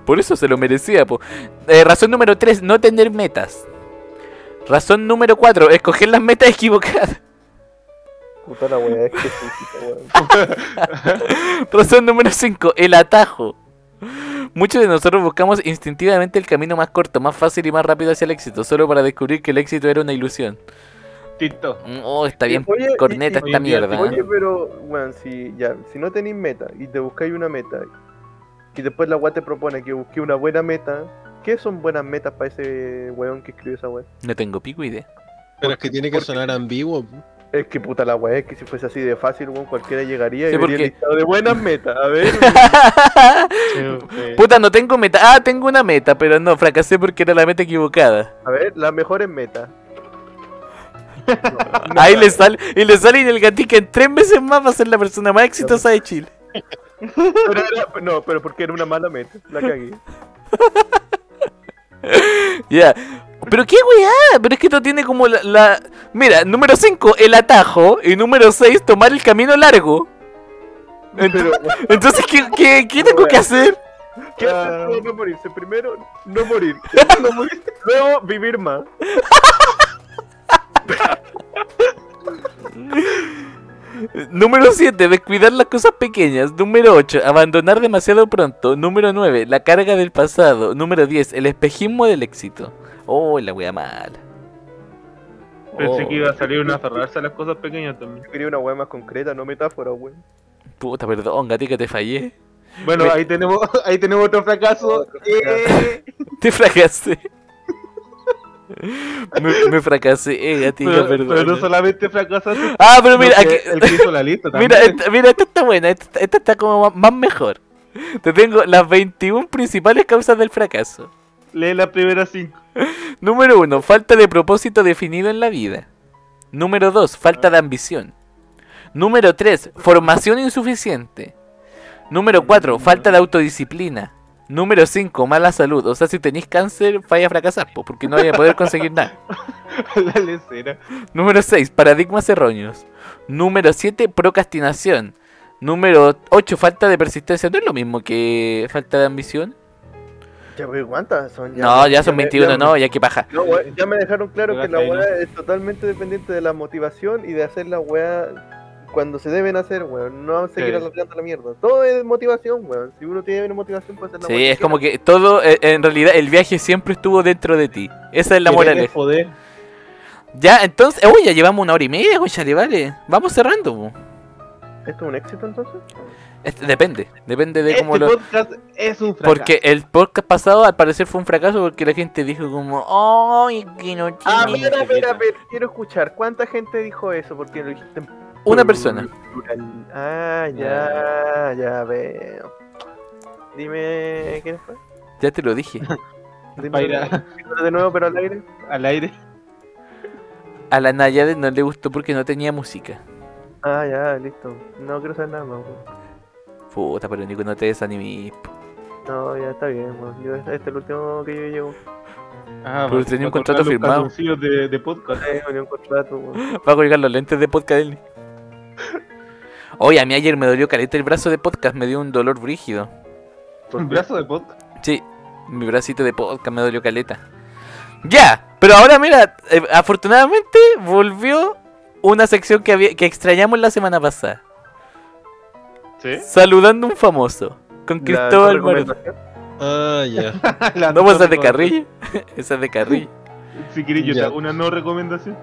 Por eso se lo merecía. po. Eh, razón número 3, no tener metas. Razón número 4, escoger las metas equivocadas.
Puta la weá, es que sí, weón.
Razón número 5, el atajo. Muchos de nosotros buscamos instintivamente el camino más corto, más fácil y más rápido hacia el éxito, solo para descubrir que el éxito era una ilusión.
Tito.
Mm, Oh, está bien,
Oye, y-
corneta
y-
esta
y-
mierda. ¿eh?
Oye, pero, weón, si ya, si no tenéis meta y te buscáis una meta y después la weá te propone que busque una buena meta, ¿qué son buenas metas para ese weón que escribió esa weá?
No tengo pico idea.
Pero es que tiene que sonar ambiguo. pues.
Es que puta la weá, es que si fuese así de fácil, weón, cualquiera llegaría
Sí,
y vería el
porque-
listado de buenas metas. A ver,
Eh,
Puta, no tengo meta. Ah, tengo una meta, pero no, fracasé porque era la meta equivocada.
a ver, las mejores metas.
Ahí le sale, y le sale y el gatica en tres meses más va a ser la persona más exitosa de Chile.
Pero era- no, pero porque era una mala meta, la cagué.
Ya. Pero qué weá, pero es que esto tiene como la. la- Mira, número 5, el atajo. Y número 6, tomar el camino largo. Ent-
Pero,
Entonces, ¿qué, qué, qué tengo que hacer?
¿qué hacer para no morirse? Primero, no morir. No morir. Luego, vivir más.
Número 7, descuidar las cosas pequeñas. Número 8, abandonar demasiado pronto. Número 9, la carga del pasado. Número 10, el espejismo del éxito. Oh, la weá mala.
Pensé
Oh,
que iba a salir una aferrarse a las cosas pequeñas también.
Yo quería una weá más concreta, no metáfora, weón.
Oh, Puta, perdón, gatica, te fallé.
Bueno,
Me-
ahí tenemos, ahí tenemos otro fracaso. Eh,
Te fracasé. me, me fracasé, eh, gatica,
pero,
perdón.
pero no solamente fracasaste.
Ah, pero mira,
sino que
aquí,
el que hizo la lista también.
mira, eh. esta, mira, esta está buena, esta, esta está como ma- más mejor. Te tengo las 21 principales causas del fracaso.
Lee la primera cinco.
Número 1, falta de propósito definido en la vida. Número 2, falta de ambición. Número 3, formación insuficiente. Número 4, falta de autodisciplina. Número 5, mala salud. O sea, si tenéis cáncer, vaya a fracasar, po, porque no vaya a poder conseguir nada.
la lecera.
Número 6, paradigmas erróneos. Número 7, procrastinación. Número 8, falta de persistencia. ¿No es lo mismo que falta de ambición?
Ya, pero ¿cuántas son?
no, ya son 21,
ya me-
no, ya que paja.
No, we- ya me dejaron claro
Ya
que la
caí, ¿no?
weá es totalmente dependiente de la motivación y de hacer la weá cuando se deben hacer, weón. No seguir
Sí.
alargando la mierda. Todo es motivación, weón. Si uno tiene motivación para hacer la weá.
Sí, es como que todo, eh, en realidad, el viaje siempre estuvo dentro de ti. Esa es la
Querer
moraleja.
Poder.
Ya, entonces, uy, ya llevamos una hora y media, le vale. Vamos cerrando. po.
quiera. ¿Esto es un éxito entonces?
Este- depende, depende de cómo
Este
lo...
podcast es un fracaso.
Porque el podcast pasado al parecer fue un fracaso porque la gente dijo como, ay, que no
Ah,
tiene-".
mira, mira, mira, quiero escuchar. ¿Cuánta gente dijo eso? Porque lo dijiste en
Una persona.
plural. Ah, ya, ya veo. Dime, ¿quién fue?
Ya te lo dije.
Dime
Paira,
de nuevo, pero al aire.
al aire.
A la Nayade no le gustó porque no tenía música.
Ah, ya, listo. No quiero saber nada más, weón.
Puta, pero Nico, no te desanimé.
No, ya está bien, weón. Yo, este es el último que yo llevo.
Ah,
Pero
va-
tenía un
va
contrato
a cortar los
firmado.
calzoncillos De, de podcast.
Eh, me dio un contrato, weón.
Va a colgar los lentes de podcast del Nico. Oye, a mí ayer me dolió caleta el brazo de podcast, me dio un dolor brígido.
Un brazo de podcast.
Sí, mi bracito de podcast me dolió caleta. Ya, pero ahora mira, eh, afortunadamente volvió una sección que, había, que extrañamos la semana pasada.
¿Sí?
Saludando a un famoso. Con Cristóbal Marón.
Ah, ya.
La
No, pues esa es de
recomendación.
carril. Esa es de carril.
Si quieres, yo te
Ya.
hago una no recomendación.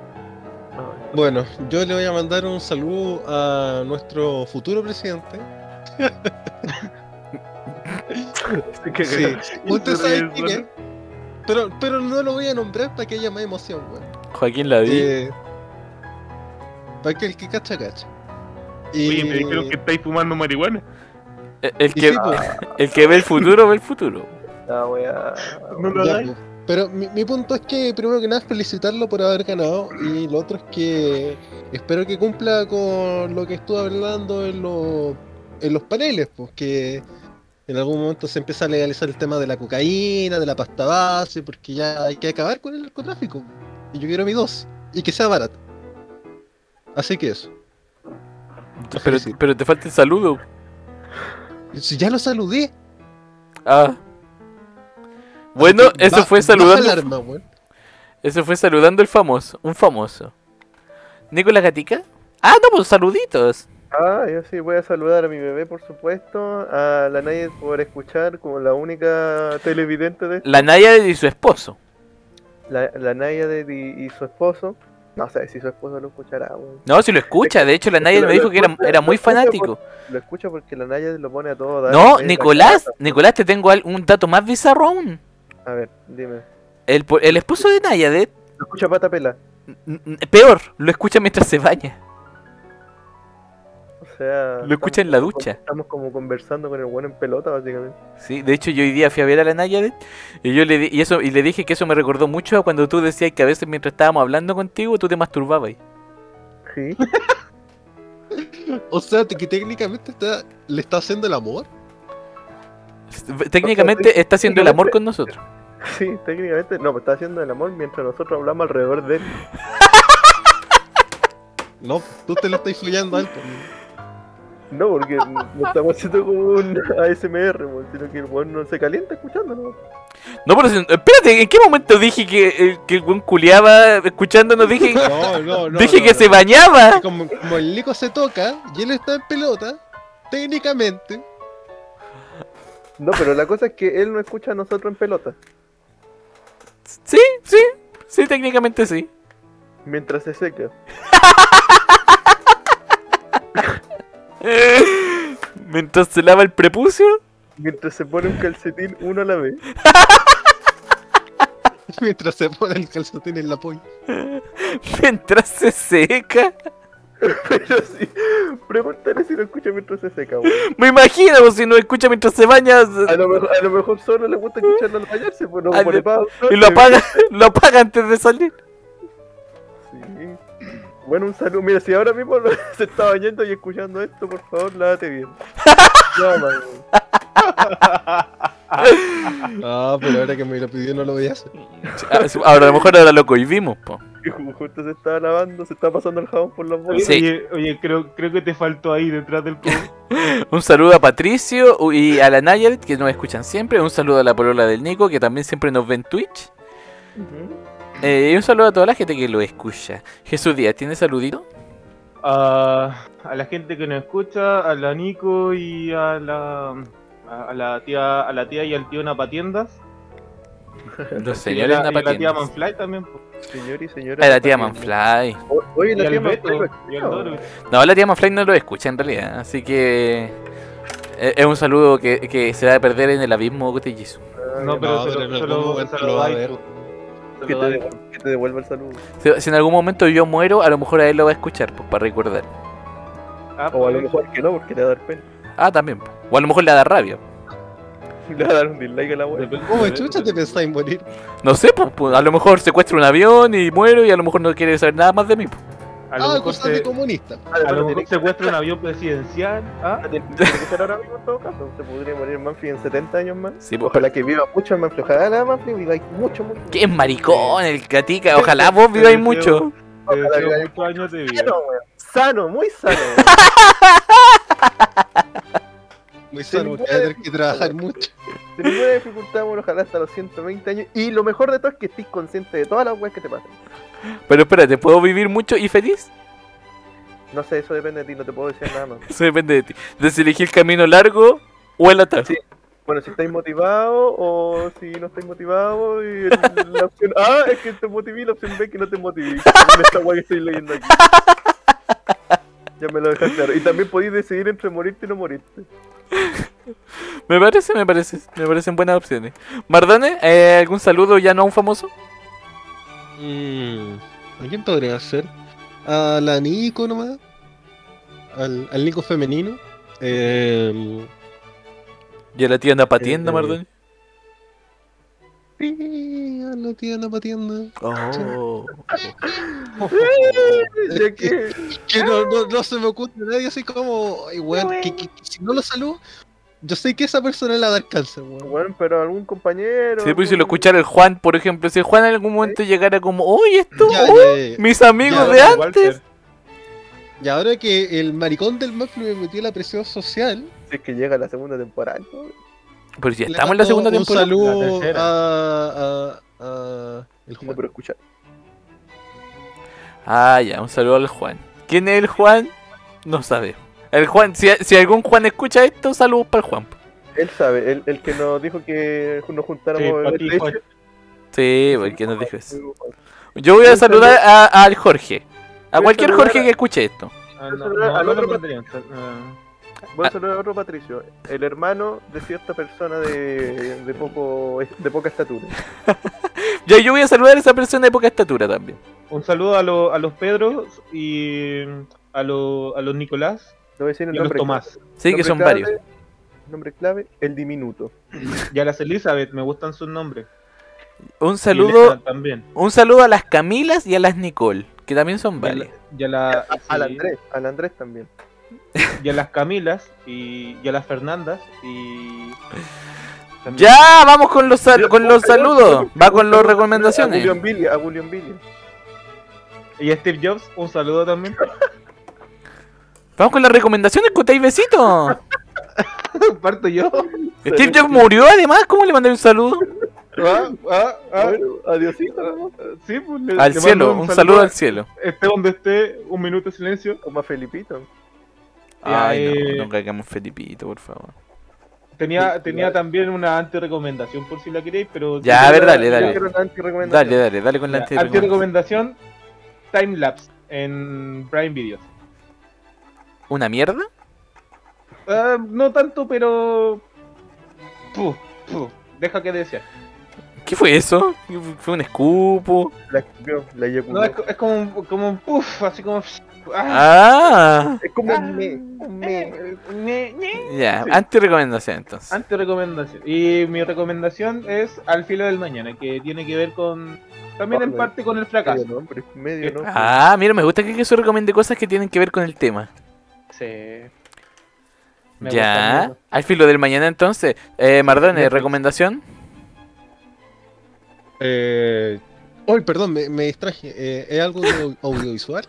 Bueno, yo le voy a mandar un saludo a nuestro futuro presidente.
que-
Sí. Usted
hizo
sabe
reír,
quién
bueno.
es. Pero, pero no lo voy a nombrar para que haya más emoción, weón.
Joaquín Laví.
Eh, para que el que cacha, cacha. Y,
Oye, me dijeron que estáis fumando marihuana.
Eh, El
y
que,
sí, pues, po,
el que ve el futuro, ve el futuro.
La wea.
No lo
ya,
hagáis.
po. Pero mi, mi punto es que, primero que nada, felicitarlo por haber ganado. Y lo otro es que espero que cumpla con lo que estuvo hablando en, los en los paneles, porque en algún momento se empieza a legalizar el tema de la cocaína, de la pasta base, porque ya hay que acabar con el narcotráfico. Y yo quiero mi dos, y que sea barato. Así que eso. Te
Pero,
felicito.
pero te falta el saludo.
Si ya lo saludé.
Ah. Bueno,
Así que
eso
ba-
fue
baja
saludando.
el arma, weón.
Eso fue saludando el famoso. Un famoso. ¿Nicolás Gatica? Ah, no, pues saluditos.
Ah, yo sí voy a saludar a mi bebé, por supuesto, a la Nayet por escuchar como la única televidente de este-
La Naya y su esposo.
la, la Nayade y, y su esposo. No sé si su esposo lo escuchará. weón.
No, si lo escucha. De hecho, la Naya
lo-
me dijo
lo
que era,
escucha,
era
lo
muy
escucha
fanático.
Lo escucha porque la Nayade lo pone a todo. dar,
No,
le mete la
Nicolás,
cabeza.
Nicolás, te tengo al- un dato más bizarro aún.
A ver, dime.
El, po- el esposo de Nayadet,
Lo escucha pata pela.
n- n- peor, lo escucha mientras se baña.
O sea.
Lo escucha
estamos
en la
como-
ducha.
Estamos como conversando con el bueno en pelota, básicamente.
Sí, de hecho yo hoy día fui a ver a la Nayadet y yo le di- y eso y le dije que eso me recordó mucho a cuando tú decías que a veces mientras estábamos hablando contigo tú te masturbabas.
Sí.
O sea, te- que técnicamente está, le está haciendo el amor.
Técnicamente está haciendo el amor con nosotros.
Sí, técnicamente no, pero está haciendo el amor mientras nosotros hablamos alrededor de él.
No, tú te lo estás follando a él. pues.
No, porque no estamos haciendo como un ASMR, weón, sino que el weón no se calienta escuchándonos.
No, pero si- espérate, ¿en qué momento dije que, eh, que el buen culiaba escuchándonos? Dije,
No, no, no.
dije
no,
que
no.
se bañaba.
Como, como el Lico se toca y él está en pelota, técnicamente.
No, pero la cosa es que él no escucha a nosotros en pelota.
Sí, sí, sí, técnicamente sí.
Mientras se seca.
Mientras se lava el prepucio.
Mientras se pone un calcetín uno a la vez.
Mientras se pone el calzotín en la polla.
Mientras se seca.
Pero sí, pregúntale si lo escucha mientras se seca, weón.
Me imagino, pues, si no escucha mientras se
Ah,
baña
A lo mejor, a lo mejor solo le gusta escucharlo al bañarse, pues no
Ah,
pone
de-
pausa.
y lo apaga, lo apaga antes de salir.
Sí. Bueno, un saludo. Mira, si ahora mismo lo- se está bañando y escuchando esto, por favor, lávate bien. Ya, man, weón.
Ah, pero ahora que me lo pidió no lo voy a hacer.
Ah, Ahora a lo mejor ahora lo cohibimos, po.
Y ju- justo se está lavando, se está pasando el jabón por las
Oye,
bolsas.
Sí.
oye, oye, creo, creo que te faltó ahí detrás del cubo.
Un saludo a Patricio y a la Nayarit que nos escuchan siempre. Un saludo a la polola del Nico que también siempre nos ve en Twitch.
Ujú.
Eh, y un saludo a toda la gente que lo escucha. Jesús Díaz, ¿tiene saludito?
A, a la gente que nos escucha, a la Nico y a la a, a la tía a la tía y al tío Napatiendas.
Los
y
señores
a la, y a la tía
Napatientas.
Manfly también. po.
Señor y señora.
A la tía Manfly.
O- Oye,
Y,
la
al
tía
Beto,
Manfly.
y al Doro.
No, la tía Manfly no lo escucha en realidad. Así que. eh, Es un saludo que, que se va a perder en el abismo cotillizo.
No, pero
No,
se
pero en
lo- se
algún
lo-
momento
se
lo
lo
va a
dais,
ver.
po. Se
Que
lo
te,
dais.
devuelva, que te devuelva el saludo.
Si, si en algún momento yo muero, a lo mejor a él lo va a escuchar, pues para recordar.
Ah,
O a lo
pues,
mejor que no, porque le va a dar pena.
Ah, también. po. O a lo mejor le da rabia.
Le va a dar un dislike a la wea.
depende-
¿Cómo chucha te pensáis morir?
No sé, pues, pues, a lo mejor secuestro un avión y muero y a lo mejor no quiere saber nada más de mí. pues.
A lo
Ah,
mejor
cosas
se-
de comunista.
a lo
Ahora
mejor
tiene-
secuestra un avión presidencial. ¿ah?
tiene que ser ahora mismo en todo caso. Se podría morir Manfred en 70 años más.
Sí, pues.
Ojalá que viva mucho el Manfred. Ojalá Manfred viva mucho, mucho.
¿Qué maricón el catica? Ojalá vos viváis
Te
mucho.
deseo- Te
Ojalá
deseo
que-
muchos años de vida.
Sano, weón. Sano, muy sano. weón.
Muy
Sí,
sano, voy a
puede.
tener que trabajar mucho.
Sin ninguna dificultad, bueno, ojalá hasta los 120 años. Y lo mejor de todo es que estés consciente de todas las weas que te pasan.
Pero espérate, ¿puedo vivir mucho y feliz?
No sé, eso depende de ti, no te puedo decir nada más.
Eso depende de ti. De si elegí el camino largo o el atar.
Sí. Bueno, si estáis motivados o si no estáis motivados y el- la opción A es que te motivé y la opción B que no te motivé. Con esta weá que estoy leyendo aquí. Ya me lo dejas claro. Y también podéis decidir entre morirte y no morirte.
Me parece, me parece. Me parecen buenas opciones. Mardone, eh, ¿algún saludo ya no a un famoso?
Mm, ¿A quién podría ser? A la Nico nomás. Al, al Nico femenino. Eh,
Ya la tía anda patiendo,
Eh,
Mardone.
sí, a la tienda patienda.
Oh.
Ya que-
Que no, no, no se me ocurre nadie así como, ay, weón, que, que- que si no lo saludo, yo sé que esa persona le va a dar cáncer, weón.
Bueno, pero algún compañero.
Sí, pues si
algún-
lo escuchara el Juan, por ejemplo, si el Juan en algún momento llegara como, ¡Uy, esto!
Ya,
oh,
ya, ya.
¡Mis amigos
Ya,
de
Walter,
antes!
Y ahora que el maricón del Maflu me metió la presión social,
Si es que llega la segunda temporada. ¿no?
Pero si ya
le
estamos en la
mando
segunda temporada.
Un saludo
La tercera.
a, a, a- el
No,
Juan.
pero escuchar.
Ah, ya, un saludo al Juan. ¿Quién es el Juan? No sabe. El Juan, si, si algún Juan escucha esto, saludos para el Juan. po.
Él sabe, el, el que nos dijo que nos juntáramos.
Sí, pa'
el
ti,
techo.
Juan.
Sí, porque nos dijo eso. Yo voy a saludar a- al Jorge. A
Voy a
cualquier
saludar
Jorge
a-
que escuche esto.
Ah, no,
Al
no, no
otro
lo
pat-
pondría, entonces, ah.
Voy a saludar a otro Patricio, el hermano de cierta persona de, de poco de poca estatura.
Yo, yo voy a saludar a esa persona de poca estatura también.
Un saludo a, lo- a los Pedros y a, lo- a los Nicolás
No voy a decir el
y a los
nombre.
Tomás.
Sí, que son
Nombre clave-
varios.
Nombre clave, el diminuto.
Y a las Elizabeth, me gustan sus nombres.
Un
Y
saludo,
Elena también.
un saludo a las Camilas y a las Nicole, que también son
Y a la-
varias.
Y a, la-
Al
sí,
Andrés, al Andrés también.
y a las Camilas y, y a las Fernandas y... también.
Ya, vamos con los, sal- con los saludos. Va con las
A Julián
recomendaciones.
Billy, a Julián Billy.
Y a Steve Jobs, un saludo también.
Vamos con las recomendaciones, Cotay Besito.
Parto yo.
Steve Jobs murió además. ¿Cómo le mandé un saludo?
Ah, ah, ah.
Bueno, adiosito, ¿no?
Sí, pues, le- le
Al
mando
cielo, un saludo al cielo.
Esté donde esté, un minuto de silencio.
Como a Felipito.
Ay,
eh,
no, no caigamos Felipito, por favor.
Tenía, tenía también una antirecomendación por si la queréis, pero...
Ya, a ver, dale,
Yo
dale.
quiero una antirrecomendación.
Dale, dale, dale con la
Ya,
antirrecomendación.
Antirecomendación, timelapse en Prime Video.
¿Una mierda?
Ah, no tanto, pero... Puf, puf, deja que desear.
¿Qué fue eso? ¿Fue un escupo?
La escupió, la eyaculó.
No, es, co- es como, un- como un puff, así como... ah,
Ah,
Es como
Ah.
un me, un me.
eh, ñe, ñe.
ya, antirrecomendación
Ah,
entonces.
Antirecomendación. Y mi recomendación es Al filo del mañana, que tiene que ver con... También en
Vale.
parte con el
Medio
fracaso.
nombre,
Eh,
medio nombre.
Ah, mira, me gusta que Jesús recomiende cosas que tienen que ver con el tema.
Sí. Me gusta, me
ya,
gusta.
al filo del mañana entonces. Eh, Mardone,
Netflix.
recomendación.
Eh, hoy, perdón, me, me distraje. Eh, ¿Es algo de au- audiovisual?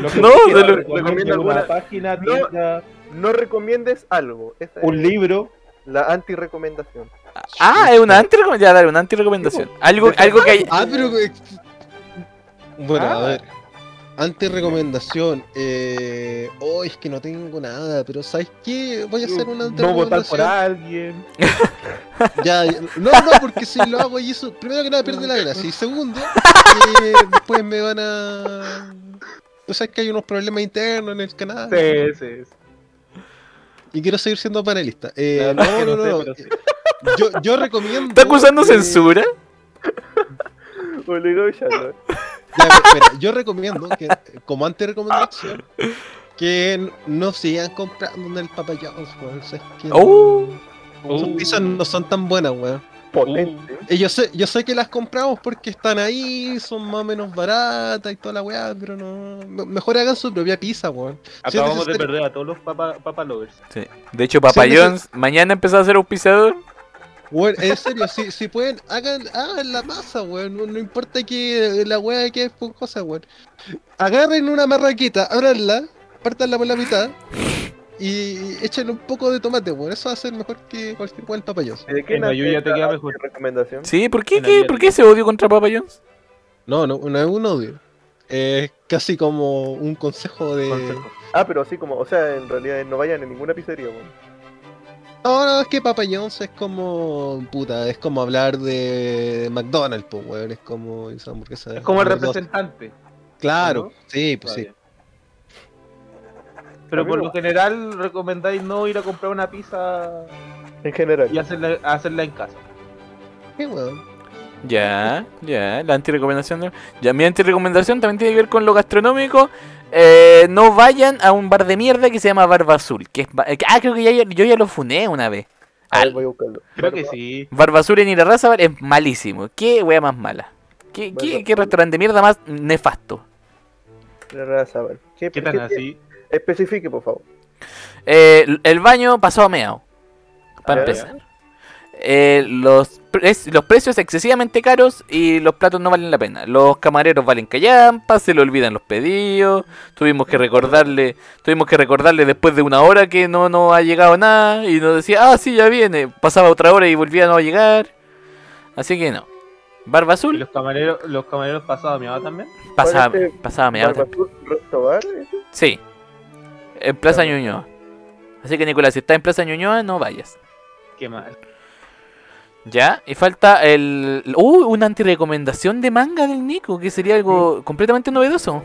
Lo que
No,
quiera,
de lo-
recomiendo
recomienda
alguna
alguna-
página,
No.
tienda,
No recomiendes algo. Esa es
un libro.
la antirrecomendación.
Ah, es
Este,
una antirrecomendación. Ya, dale, una antirrecomendación. Algo, algo que hay.
Ah, pero. eh, Bueno,
Ah.
a ver. Antes recomendación. Eh, oh, es que no tengo nada, pero ¿sabes qué? Voy a hacer una
Mm, No votar por
antirrecomendación.
alguien.
Ya, ya. no, no, porque si lo hago y eso, primero que nada pierde la gracia. Y segundo, eh, después me van a. O sea, es que hay unos problemas internos en el canal.
Sí, sí, sí.
Y quiero seguir siendo panelista. Eh,
La verdad
no,
es que
no,
no sé,
no.
pero sí.
Eh, Yo, yo recomiendo.
¿Está acusando
eh,
censura?
Obligado ya, ¿no?
ya, espera, yo recomiendo que, como antes recomendación, que no sigan comprando en el Papa John's, weón. O sea, es que
Oh.
sus pizzas no son tan buenas, weón.
Potente.
Uh,
Eh, yo, sé, yo sé que las compramos porque están ahí, son más o menos baratas y toda la weá, pero no. me- Mejor hagan su propia pizza, weón. Si es
Acabamos de
necesario-
perder a todos los papa, papa lovers.
Sí. De hecho, Papa
Sí, no sé.
John's, mañana empezó a ser auspiciador.
Weón, en serio, si, si pueden, hagan, hagan la masa, weón. No, no importa que la weá quede esponjosa, weón. Agarren una marraqueta, abranla, partanla por la mitad y échenle un poco de tomate, weón. Eso va a ser mejor que cualquier weón papayoso.
¿De
En la
nace
lluvia te
esta
queda mejor.
Recomendación.
Sí, ¿por qué,
En la
qué-
vida
¿por
real.
qué ese odio contra Papa John's?
No, no, no es un odio. Es casi como un consejo de.
Consejo.
Ah, pero así como, o sea, en realidad no vayan a ninguna pizzería, weón.
No, no, es que Papa John's es como. Puta, es como hablar de McDonald's, pues, weón. Es como esa hamburguesa. de
Es como el
McDonald's. pues
representante.
Claro,
¿no?
sí, pues sí.
Vale. pero por
Amigo.
lo general recomendáis no ir a comprar una pizza
En general.
y hacerla, hacerla en casa.
¿Qué, weón?
Ya, ya, la antirecomendación. de- Ya, mi antirecomendación también tiene que ver con lo gastronómico. Eh, no vayan a un bar de mierda que se llama Barba Azul. Que es ba- eh, ah, creo que ya, yo ya lo funé una vez.
A ver,
Al-
voy a buscarlo.
Creo
Barba-
que sí.
Barba Azul en Irarraza es malísimo. ¿Qué wea más mala? ¿Qué,
Barba
qué,
Azul.
qué restaurante de mierda más nefasto?
la raza, a ver. ¿Qué,
¿Qué tan
qué-
así?
Especifique, por favor.
Eh, l- el baño pasado a meao. Para
Ah, ya.
empezar. Eh, los, pre- los precios excesivamente caros y los platos no valen la pena. Los camareros valen callampa, se le olvidan los pedidos. Tuvimos que recordarle, tuvimos que recordarle después de una hora que no nos ha llegado nada. Y nos decía, ah, sí, ya viene. Pasaba otra hora y volvía a no llegar. Así que no. Barba
¿Y
Azul,
los camareros, los camareros pasados mi mamá también?
pasaba,
este
pasaba meao
Barba Azul, Resto Bar, ¿eso?
Sí. En Plaza
Claro.
Ñuñoa. Así que Nicolás, si estás en Plaza Ñuñoa, no vayas.
Qué mal.
Ya, y falta el... Uh, una antirecomendación de manga del Nico, que sería algo completamente novedoso.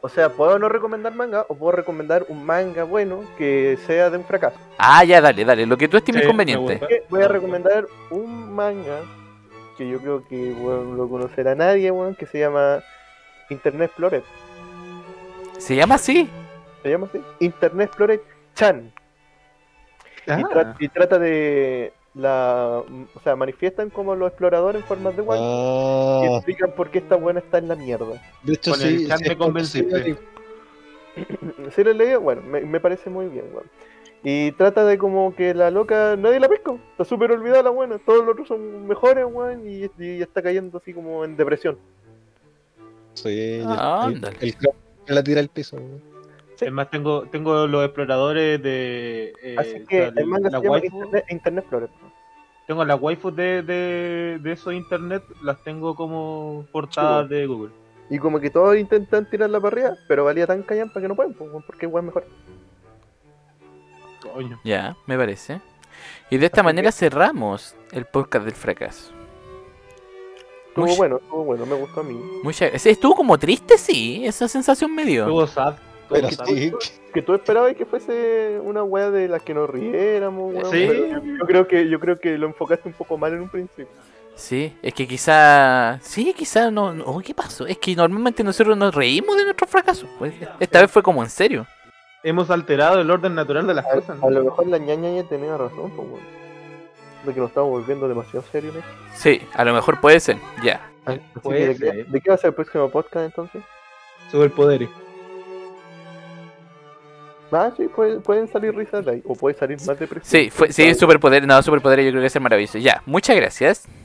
O sea, puedo no recomendar manga o puedo recomendar un manga bueno que sea de un fracaso.
Ah, ya, dale, dale, lo que tú estimes
Sí, me
conveniente.
gusta.
que voy a recomendar un manga que yo creo que weón, lo conocerá nadie, weón, que se llama Internet Explorer.
¿Se llama así?
¿Se llama así? Internet Explorer Chan.
Ah.
Y, tra- y trata de la... O sea, manifiestan como los exploradores en formas de web. Y
Ah,
explican por qué esta buena está en la mierda.
de hecho,
Con el
sí.
chat
sí,
me
es como-
convenciste.
sí,
Si lo he leído, bueno, me, me parece muy bien, weón. Y trata de como que la loca, nadie la pesca, está súper olvidada la buena, todos los otros son mejores, weón, y, y está cayendo así como en depresión.
Sí,
Ah,
el,
ándale.
el crack la tira al piso. weón.
Es más, tengo, tengo los exploradores de. eh,
Así que
tal-
el manga se
las
llama
waifu-
Internet, Internet Explorer.
Tengo las waifus de, de, de esos internet, las tengo como portadas de Google.
Y como que todos intentan tirarla para arriba, pero valía tan callampa que no pueden, pues, weón, porque es mejor.
Coño.
Ya, me parece. Y de esta
Así
manera cerramos el podcast del fracaso.
Estuvo
Mucha-
bueno, estuvo bueno, me gustó a mí.
mucha- sí, Estuvo como triste, sí, esa sensación me dio.
Estuvo sad. estuvo
Pero
sad.
sí,
Que tú esperabas que fuese una wea de las que nos riéramos, weón.
Sí.
pero Yo creo, que, yo creo que lo enfocaste un poco mal en un principio.
Sí, es que quizá... Sí, quizá no... no- oh, ¿Qué pasó? Es que normalmente nosotros nos reímos de nuestros fracasos. pues. Esta vez fue como en serio.
Hemos alterado el orden natural de las
A,
cosas. ¿no?
a lo mejor la ñaña ya tenía razón, pues, weón. De que nos estamos volviendo demasiado serios. ¿no?
Sí, a lo mejor puede ser, ya.
Así que
Puede
¿de, qué,
ser.
¿De qué va a ser el próximo podcast entonces?
Superpoderes.
Ah, sí, puede- pueden salir risas de ahí, o puede salir más depresión.
Sí, fue, sí, superpoder, no, superpoder yo creo que es maravilloso. Ya, muchas gracias.